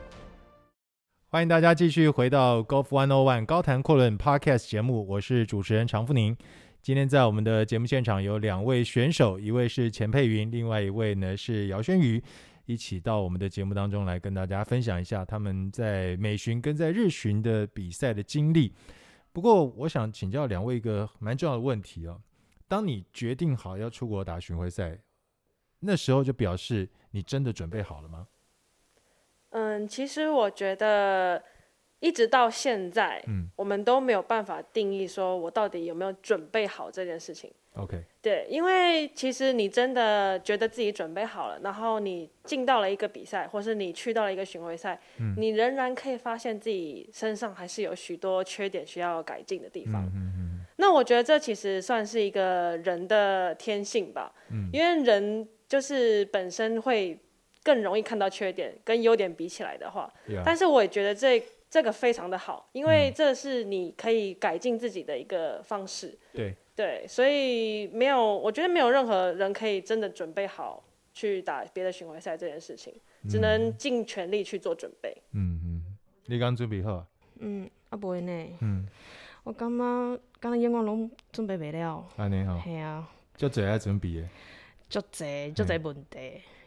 [SPEAKER 1] 欢迎大家继续回到 Golf One O One 高谈阔论 Podcast 节目，我是主持人常富宁。今天在我们的节目现场有两位选手，一位是钱佩云，另外一位呢是姚轩瑜，一起到我们的节目当中来跟大家分享一下他们在美巡跟在日巡的比赛的经历。不过，我想请教两位一个蛮重要的问题哦。当你决定好要出国打巡回赛，那时候就表示你真的准备好了吗？
[SPEAKER 2] 嗯，其实我觉得一直到现在，
[SPEAKER 1] 嗯
[SPEAKER 2] 我们都没有办法定义说我到底有没有准备好这件事情。
[SPEAKER 1] ，OK，
[SPEAKER 2] 对，因为其实你真的觉得自己准备好了，然后你进到了一个比赛，或是你去到了一个巡回赛，你仍然可以发现自己身上还是有许多缺点需要改进的地方。那我觉得这其实算是一个人的天性吧，因为人就是本身会更容易看到缺点，跟优点比起来的话，
[SPEAKER 1] 对啊
[SPEAKER 2] 但是我也觉得这这个非常的好，因为这是你可以改进自己的一个方式。
[SPEAKER 1] 对，
[SPEAKER 2] 对，所以没有，我觉得没有任何人可以真的准备好去打别的巡回赛这件事情，只能尽全力去做准备。
[SPEAKER 1] 嗯嗯，你刚准备好啊，
[SPEAKER 3] 嗯，啊袂呢，
[SPEAKER 1] 嗯，
[SPEAKER 3] 我感觉敢若永远拢准备袂了，
[SPEAKER 1] 安尼吼，
[SPEAKER 3] 系啊，
[SPEAKER 1] 就最爱准备的，
[SPEAKER 3] 足侪足侪问题，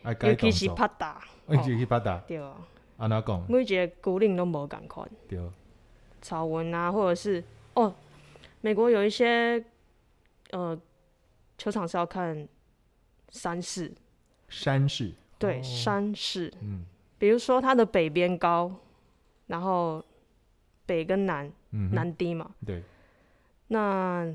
[SPEAKER 1] 啊，
[SPEAKER 3] 尤
[SPEAKER 1] 嗯该
[SPEAKER 3] 其
[SPEAKER 1] 动
[SPEAKER 3] 是
[SPEAKER 1] 手，
[SPEAKER 3] 拍打，
[SPEAKER 1] 尤其去拍打，
[SPEAKER 3] 对啊，
[SPEAKER 1] 安那讲，
[SPEAKER 3] 每一个鼓令都无共款，
[SPEAKER 1] 对，
[SPEAKER 3] 草纹啊，或者是哦，美国有一些呃球场是要看山势，
[SPEAKER 1] 山式，
[SPEAKER 3] 对，
[SPEAKER 1] 哦
[SPEAKER 3] 山势，
[SPEAKER 1] 嗯
[SPEAKER 3] 比如说它的北边高，然后北跟南，
[SPEAKER 1] 嗯哼，
[SPEAKER 3] 南低嘛。
[SPEAKER 1] 对，
[SPEAKER 3] 那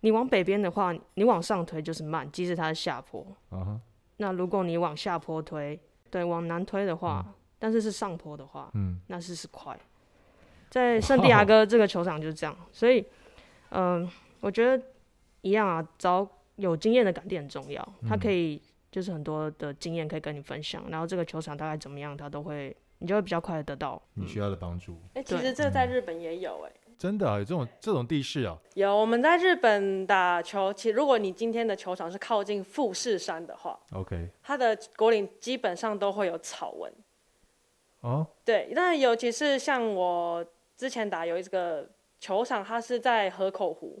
[SPEAKER 3] 你往北边的话，你往上推就是慢，即使它是下坡。
[SPEAKER 1] 啊哈，
[SPEAKER 3] 那如果你往下坡推，对，往南推的话，但是是上坡的话，
[SPEAKER 1] 嗯
[SPEAKER 3] 那是是快。在圣地亚哥这个球场就是这样，所以，嗯、我觉得一样啊，找有经验的杆店很重要，他
[SPEAKER 1] 嗯
[SPEAKER 3] 可以就是很多的经验可以跟你分享，然后这个球场大概怎么样，他都会，你就会比较快的得到。
[SPEAKER 1] 你需要的帮助，
[SPEAKER 2] 哎、其
[SPEAKER 3] 对
[SPEAKER 2] 实
[SPEAKER 1] 嗯
[SPEAKER 2] 这在日本也有哎、
[SPEAKER 1] 真的啊，有这种这种地势啊，
[SPEAKER 2] 有我们在日本打球，其实如果你今天的球场是靠近富士山的话，
[SPEAKER 1] OK，
[SPEAKER 2] 它的果岭基本上都会有草纹。
[SPEAKER 1] 哦，
[SPEAKER 2] 对，那尤其是像我之前打有一个球场，它是在河口湖，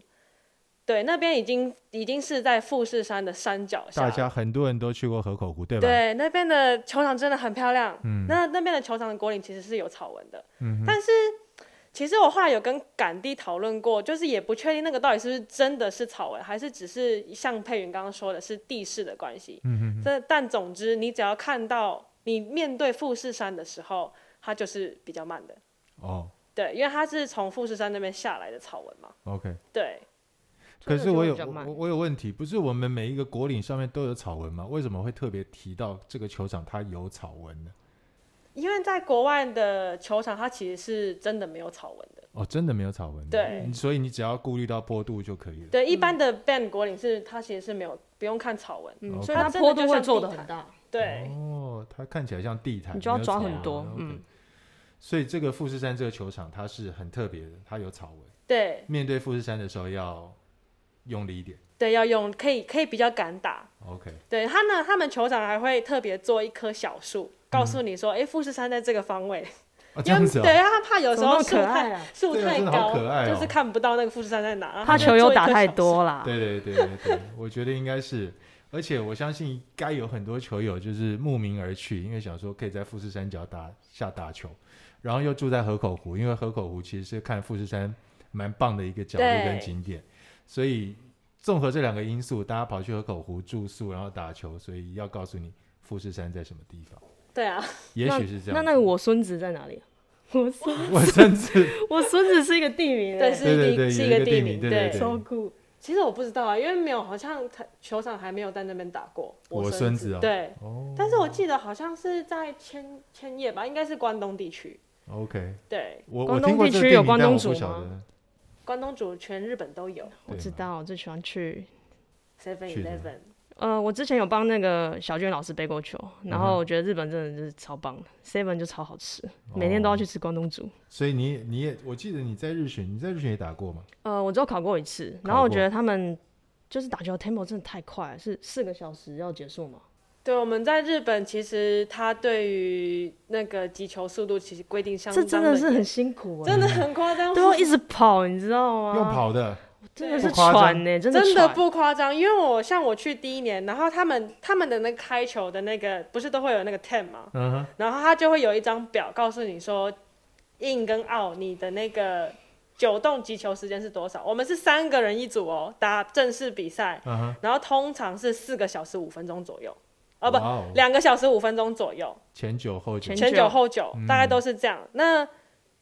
[SPEAKER 2] 对，那边已经已经是在富士山的山脚下
[SPEAKER 1] 大
[SPEAKER 2] 了，
[SPEAKER 1] 家很多人都去过河口湖，对吧？
[SPEAKER 2] 对，那边的球场真的很漂亮。那那边的球场的果岭其实是有草纹的，但是其实我后来有跟赶弟讨论过，就是也不确定那个到底是不是真的是草纹，还是只是像佩云刚刚说的是地势的关系。嗯这但总之，你只要看到你面对富士山的时候，它就是比较慢的，
[SPEAKER 1] 哦
[SPEAKER 2] 对，因为它是从富士山那边下来的草纹嘛，
[SPEAKER 1] ，OK，
[SPEAKER 2] 对。
[SPEAKER 1] 可是我有
[SPEAKER 3] 比较慢
[SPEAKER 1] 我我有问题，不是我们每一个国岭上面都有草纹吗？为什么会特别提到这个球场它有草纹呢？
[SPEAKER 2] 因为在国外的球场，它其实是真的没有草纹的。
[SPEAKER 1] 哦，真的没有草纹，
[SPEAKER 2] 对
[SPEAKER 1] 嗯，所以你只要顾虑到坡度就可以了。
[SPEAKER 2] 对，一般的 band 果岭是它其实是没有不用看草纹，
[SPEAKER 3] 嗯，
[SPEAKER 1] OK
[SPEAKER 3] 所以它坡度会做的很大，
[SPEAKER 2] 啊对，
[SPEAKER 1] 哦，它看起来像地毯，
[SPEAKER 3] 你就要
[SPEAKER 1] 没有草
[SPEAKER 3] 抓
[SPEAKER 1] 纹
[SPEAKER 3] 很多
[SPEAKER 1] 啊，，OK
[SPEAKER 3] 嗯，
[SPEAKER 1] 所以这个富士山这个球场它是很特别的，它有草纹。
[SPEAKER 2] 对
[SPEAKER 1] 面对富士山的时候要用力一点。
[SPEAKER 2] 对，要用可以可以比较敢打。
[SPEAKER 1] OK，
[SPEAKER 2] 对他呢，他们球场还会特别做一棵小树，告诉你说，哎、富士山在这个方 位，
[SPEAKER 1] 啊，嗯这
[SPEAKER 2] 因
[SPEAKER 1] 样
[SPEAKER 2] 为
[SPEAKER 1] 子
[SPEAKER 2] 对，
[SPEAKER 1] 哦，
[SPEAKER 2] 因为他怕有时候
[SPEAKER 3] 怎
[SPEAKER 2] 树
[SPEAKER 3] 么那么可爱
[SPEAKER 2] 太
[SPEAKER 3] 啊
[SPEAKER 2] 树
[SPEAKER 1] 这个
[SPEAKER 2] 太
[SPEAKER 1] 真的好
[SPEAKER 2] 高
[SPEAKER 1] 可爱，哦
[SPEAKER 2] 就是看不到那个富士山在哪，然后
[SPEAKER 3] 怕
[SPEAKER 2] 就
[SPEAKER 3] 球
[SPEAKER 2] 做
[SPEAKER 3] 友
[SPEAKER 2] 一
[SPEAKER 3] 打
[SPEAKER 2] 棵
[SPEAKER 3] 太
[SPEAKER 2] 小树。
[SPEAKER 3] 多啦。
[SPEAKER 1] 对对对对对，我觉得应该是，而且我相信该有很多球友就是慕名而去，因为想说可以在富士山脚打下打球，然后又住在河口湖，因为河口湖其实是看富士山蛮棒的一个角度
[SPEAKER 2] 对
[SPEAKER 1] 跟景点，所以综合这两个因素，大家跑去河口湖住宿，然后打球，所以要告诉你富士山在什么地方，
[SPEAKER 2] 对啊，
[SPEAKER 1] 也许是这样
[SPEAKER 3] 那那个我孙子在哪里啊？ 我孙
[SPEAKER 1] 我甚至
[SPEAKER 3] 我孙子是一个地名、欸，
[SPEAKER 2] 对，是
[SPEAKER 1] 对对
[SPEAKER 2] 一
[SPEAKER 1] 对
[SPEAKER 2] 个是
[SPEAKER 1] 有
[SPEAKER 2] 一
[SPEAKER 1] 一个
[SPEAKER 2] 个
[SPEAKER 1] 地
[SPEAKER 2] 地
[SPEAKER 1] 名
[SPEAKER 2] 名，
[SPEAKER 1] 对对
[SPEAKER 3] 超酷。
[SPEAKER 2] 其实我不知道啊，因为没有，好像他球场还没有在那边打过。
[SPEAKER 1] 我孙
[SPEAKER 2] 孙
[SPEAKER 1] 子哦
[SPEAKER 2] 对，
[SPEAKER 1] 哦
[SPEAKER 2] 但是我记得好像是在千千叶吧，应该是关东地区。
[SPEAKER 1] ，OK，
[SPEAKER 2] 对，
[SPEAKER 1] 我我
[SPEAKER 3] 关
[SPEAKER 1] 听
[SPEAKER 3] 东
[SPEAKER 1] 过
[SPEAKER 3] 地
[SPEAKER 1] 这个
[SPEAKER 3] 区
[SPEAKER 1] 地
[SPEAKER 3] 有
[SPEAKER 1] 名
[SPEAKER 3] 关
[SPEAKER 1] 但
[SPEAKER 3] 东
[SPEAKER 1] 我不
[SPEAKER 3] 煮
[SPEAKER 1] 晓
[SPEAKER 3] 吗
[SPEAKER 1] 得
[SPEAKER 2] 关东煮全日本都有
[SPEAKER 3] 我
[SPEAKER 1] 对
[SPEAKER 3] 知道，我最喜欢去。
[SPEAKER 2] Seven
[SPEAKER 1] 去日
[SPEAKER 2] Eleven。
[SPEAKER 3] 呃，我之前有帮那个小娟老师背过球，
[SPEAKER 1] 嗯
[SPEAKER 3] 然后我觉得日本真的就是超棒的，seven 就超好吃，每
[SPEAKER 1] 哦
[SPEAKER 3] 天都要去吃关东煮。
[SPEAKER 1] 所以你你也，我记得你在日巡，你在日巡也打过吗？
[SPEAKER 3] 呃，我只有考过一次，
[SPEAKER 1] 过
[SPEAKER 3] 然后我觉得他们就是打球 tempo 真的太快了，是四个小时要结束嘛？
[SPEAKER 2] 对，我们在日本其实他对于那个击球速度其实规定相
[SPEAKER 3] 这
[SPEAKER 2] 当
[SPEAKER 3] 真的是
[SPEAKER 2] 严
[SPEAKER 3] 很辛苦哎、
[SPEAKER 2] 真的很夸张，
[SPEAKER 3] 都要一直跑，你知道吗？
[SPEAKER 1] 用跑的，
[SPEAKER 3] 真的是
[SPEAKER 1] 不夸张
[SPEAKER 3] 喘呢、欸真的
[SPEAKER 2] 真的
[SPEAKER 3] 喘
[SPEAKER 2] 不夸张，因为我像我去第一年，然后他们他们的那个开球的那个不是都会有那个 ten 吗？
[SPEAKER 1] 嗯哼，
[SPEAKER 2] 然后他就会有一张表告诉你说，in 跟 out 你的那个九洞击球时间是多少？我们是三个人一组哦，打正式比赛，
[SPEAKER 1] 嗯哼，
[SPEAKER 2] 然后通常是四个小时五分钟左右，哦不
[SPEAKER 1] 哇，哦
[SPEAKER 2] 两个小时五分钟左右，
[SPEAKER 1] 前九后九
[SPEAKER 3] 啊前，
[SPEAKER 2] 前
[SPEAKER 3] 九
[SPEAKER 2] 九后九，大概都是这样。那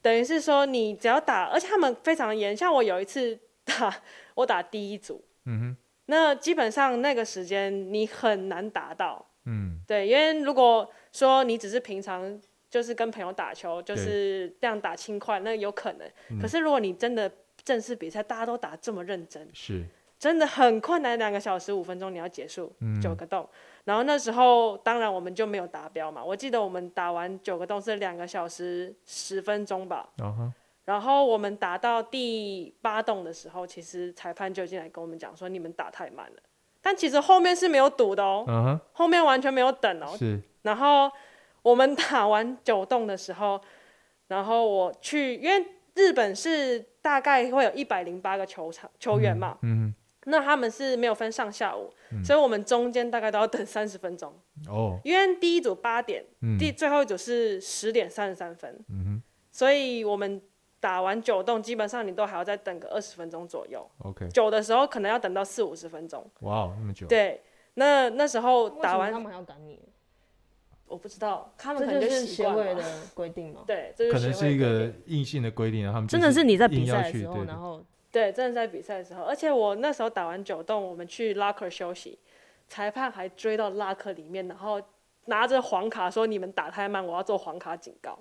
[SPEAKER 2] 等于是说，你只要打，而且他们非常严。像我有一次打，我打第一组，
[SPEAKER 1] 嗯哼，
[SPEAKER 2] 那基本上那个时间你很难达到。
[SPEAKER 1] 嗯，
[SPEAKER 2] 对，因为如果说你只是平常就是跟朋友打球，就是这样打轻快，那有可能。
[SPEAKER 1] 嗯
[SPEAKER 2] 可是如果你真的正式比赛，大家都打这么认真，
[SPEAKER 1] 是，
[SPEAKER 2] 真的很困难，两个小时五分钟你要结束
[SPEAKER 1] 嗯
[SPEAKER 2] 九个洞。然后那时候当然我们就没有达标嘛，我记得我们打完九个洞是两个小时十分钟吧。
[SPEAKER 1] 嗯哼，
[SPEAKER 2] 然后我们打到第八洞的时候，其实裁判就进来跟我们讲说你们打太慢了。但其实后面是没有赌的哦，
[SPEAKER 1] 嗯
[SPEAKER 2] 后面完全没有等哦
[SPEAKER 1] 哼，，是，
[SPEAKER 2] 然后我们打完九洞的时候，然后我去，因为日本是大概会有一百零八个球场球员嘛，
[SPEAKER 1] 嗯
[SPEAKER 2] 那他们是没有分上下午，所以我们中间大概都要等三十分钟，
[SPEAKER 1] 哼，哦，
[SPEAKER 2] 因为第一组八点，
[SPEAKER 1] 嗯，
[SPEAKER 2] 第最后一组是十点三十三分，
[SPEAKER 1] 嗯
[SPEAKER 2] 所以我们打完九洞，基本上你都还要再等个二十分钟左右，
[SPEAKER 1] 哼，OK，
[SPEAKER 2] 久的时候可能要等到四五十分钟，
[SPEAKER 1] 哇哦，那么久，
[SPEAKER 2] 对。那那时候打
[SPEAKER 3] 为什么
[SPEAKER 2] 完，
[SPEAKER 3] 他们还要赶你，
[SPEAKER 2] 我不知道，他们可
[SPEAKER 3] 这
[SPEAKER 2] 能
[SPEAKER 3] 就是
[SPEAKER 2] 习
[SPEAKER 3] 协
[SPEAKER 2] 惯
[SPEAKER 3] 会
[SPEAKER 2] 了
[SPEAKER 3] 的规定吗？
[SPEAKER 2] 对，这就
[SPEAKER 1] 可
[SPEAKER 2] 是
[SPEAKER 1] 能
[SPEAKER 2] 协
[SPEAKER 1] 是
[SPEAKER 2] 会
[SPEAKER 1] 一
[SPEAKER 2] 规定
[SPEAKER 1] 个硬性的规定啊，他们就
[SPEAKER 3] 真的是你在比
[SPEAKER 1] 硬要
[SPEAKER 3] 赛的
[SPEAKER 1] 去
[SPEAKER 3] 时候，
[SPEAKER 1] 对
[SPEAKER 3] 然
[SPEAKER 1] 对
[SPEAKER 3] 后
[SPEAKER 2] 对，真的在比赛的时候，而且我那时候打完九洞，我们去 locker 休息，裁判还追到 locker 里面，然后拿着黄卡说你们打太慢，我要做黄卡警告。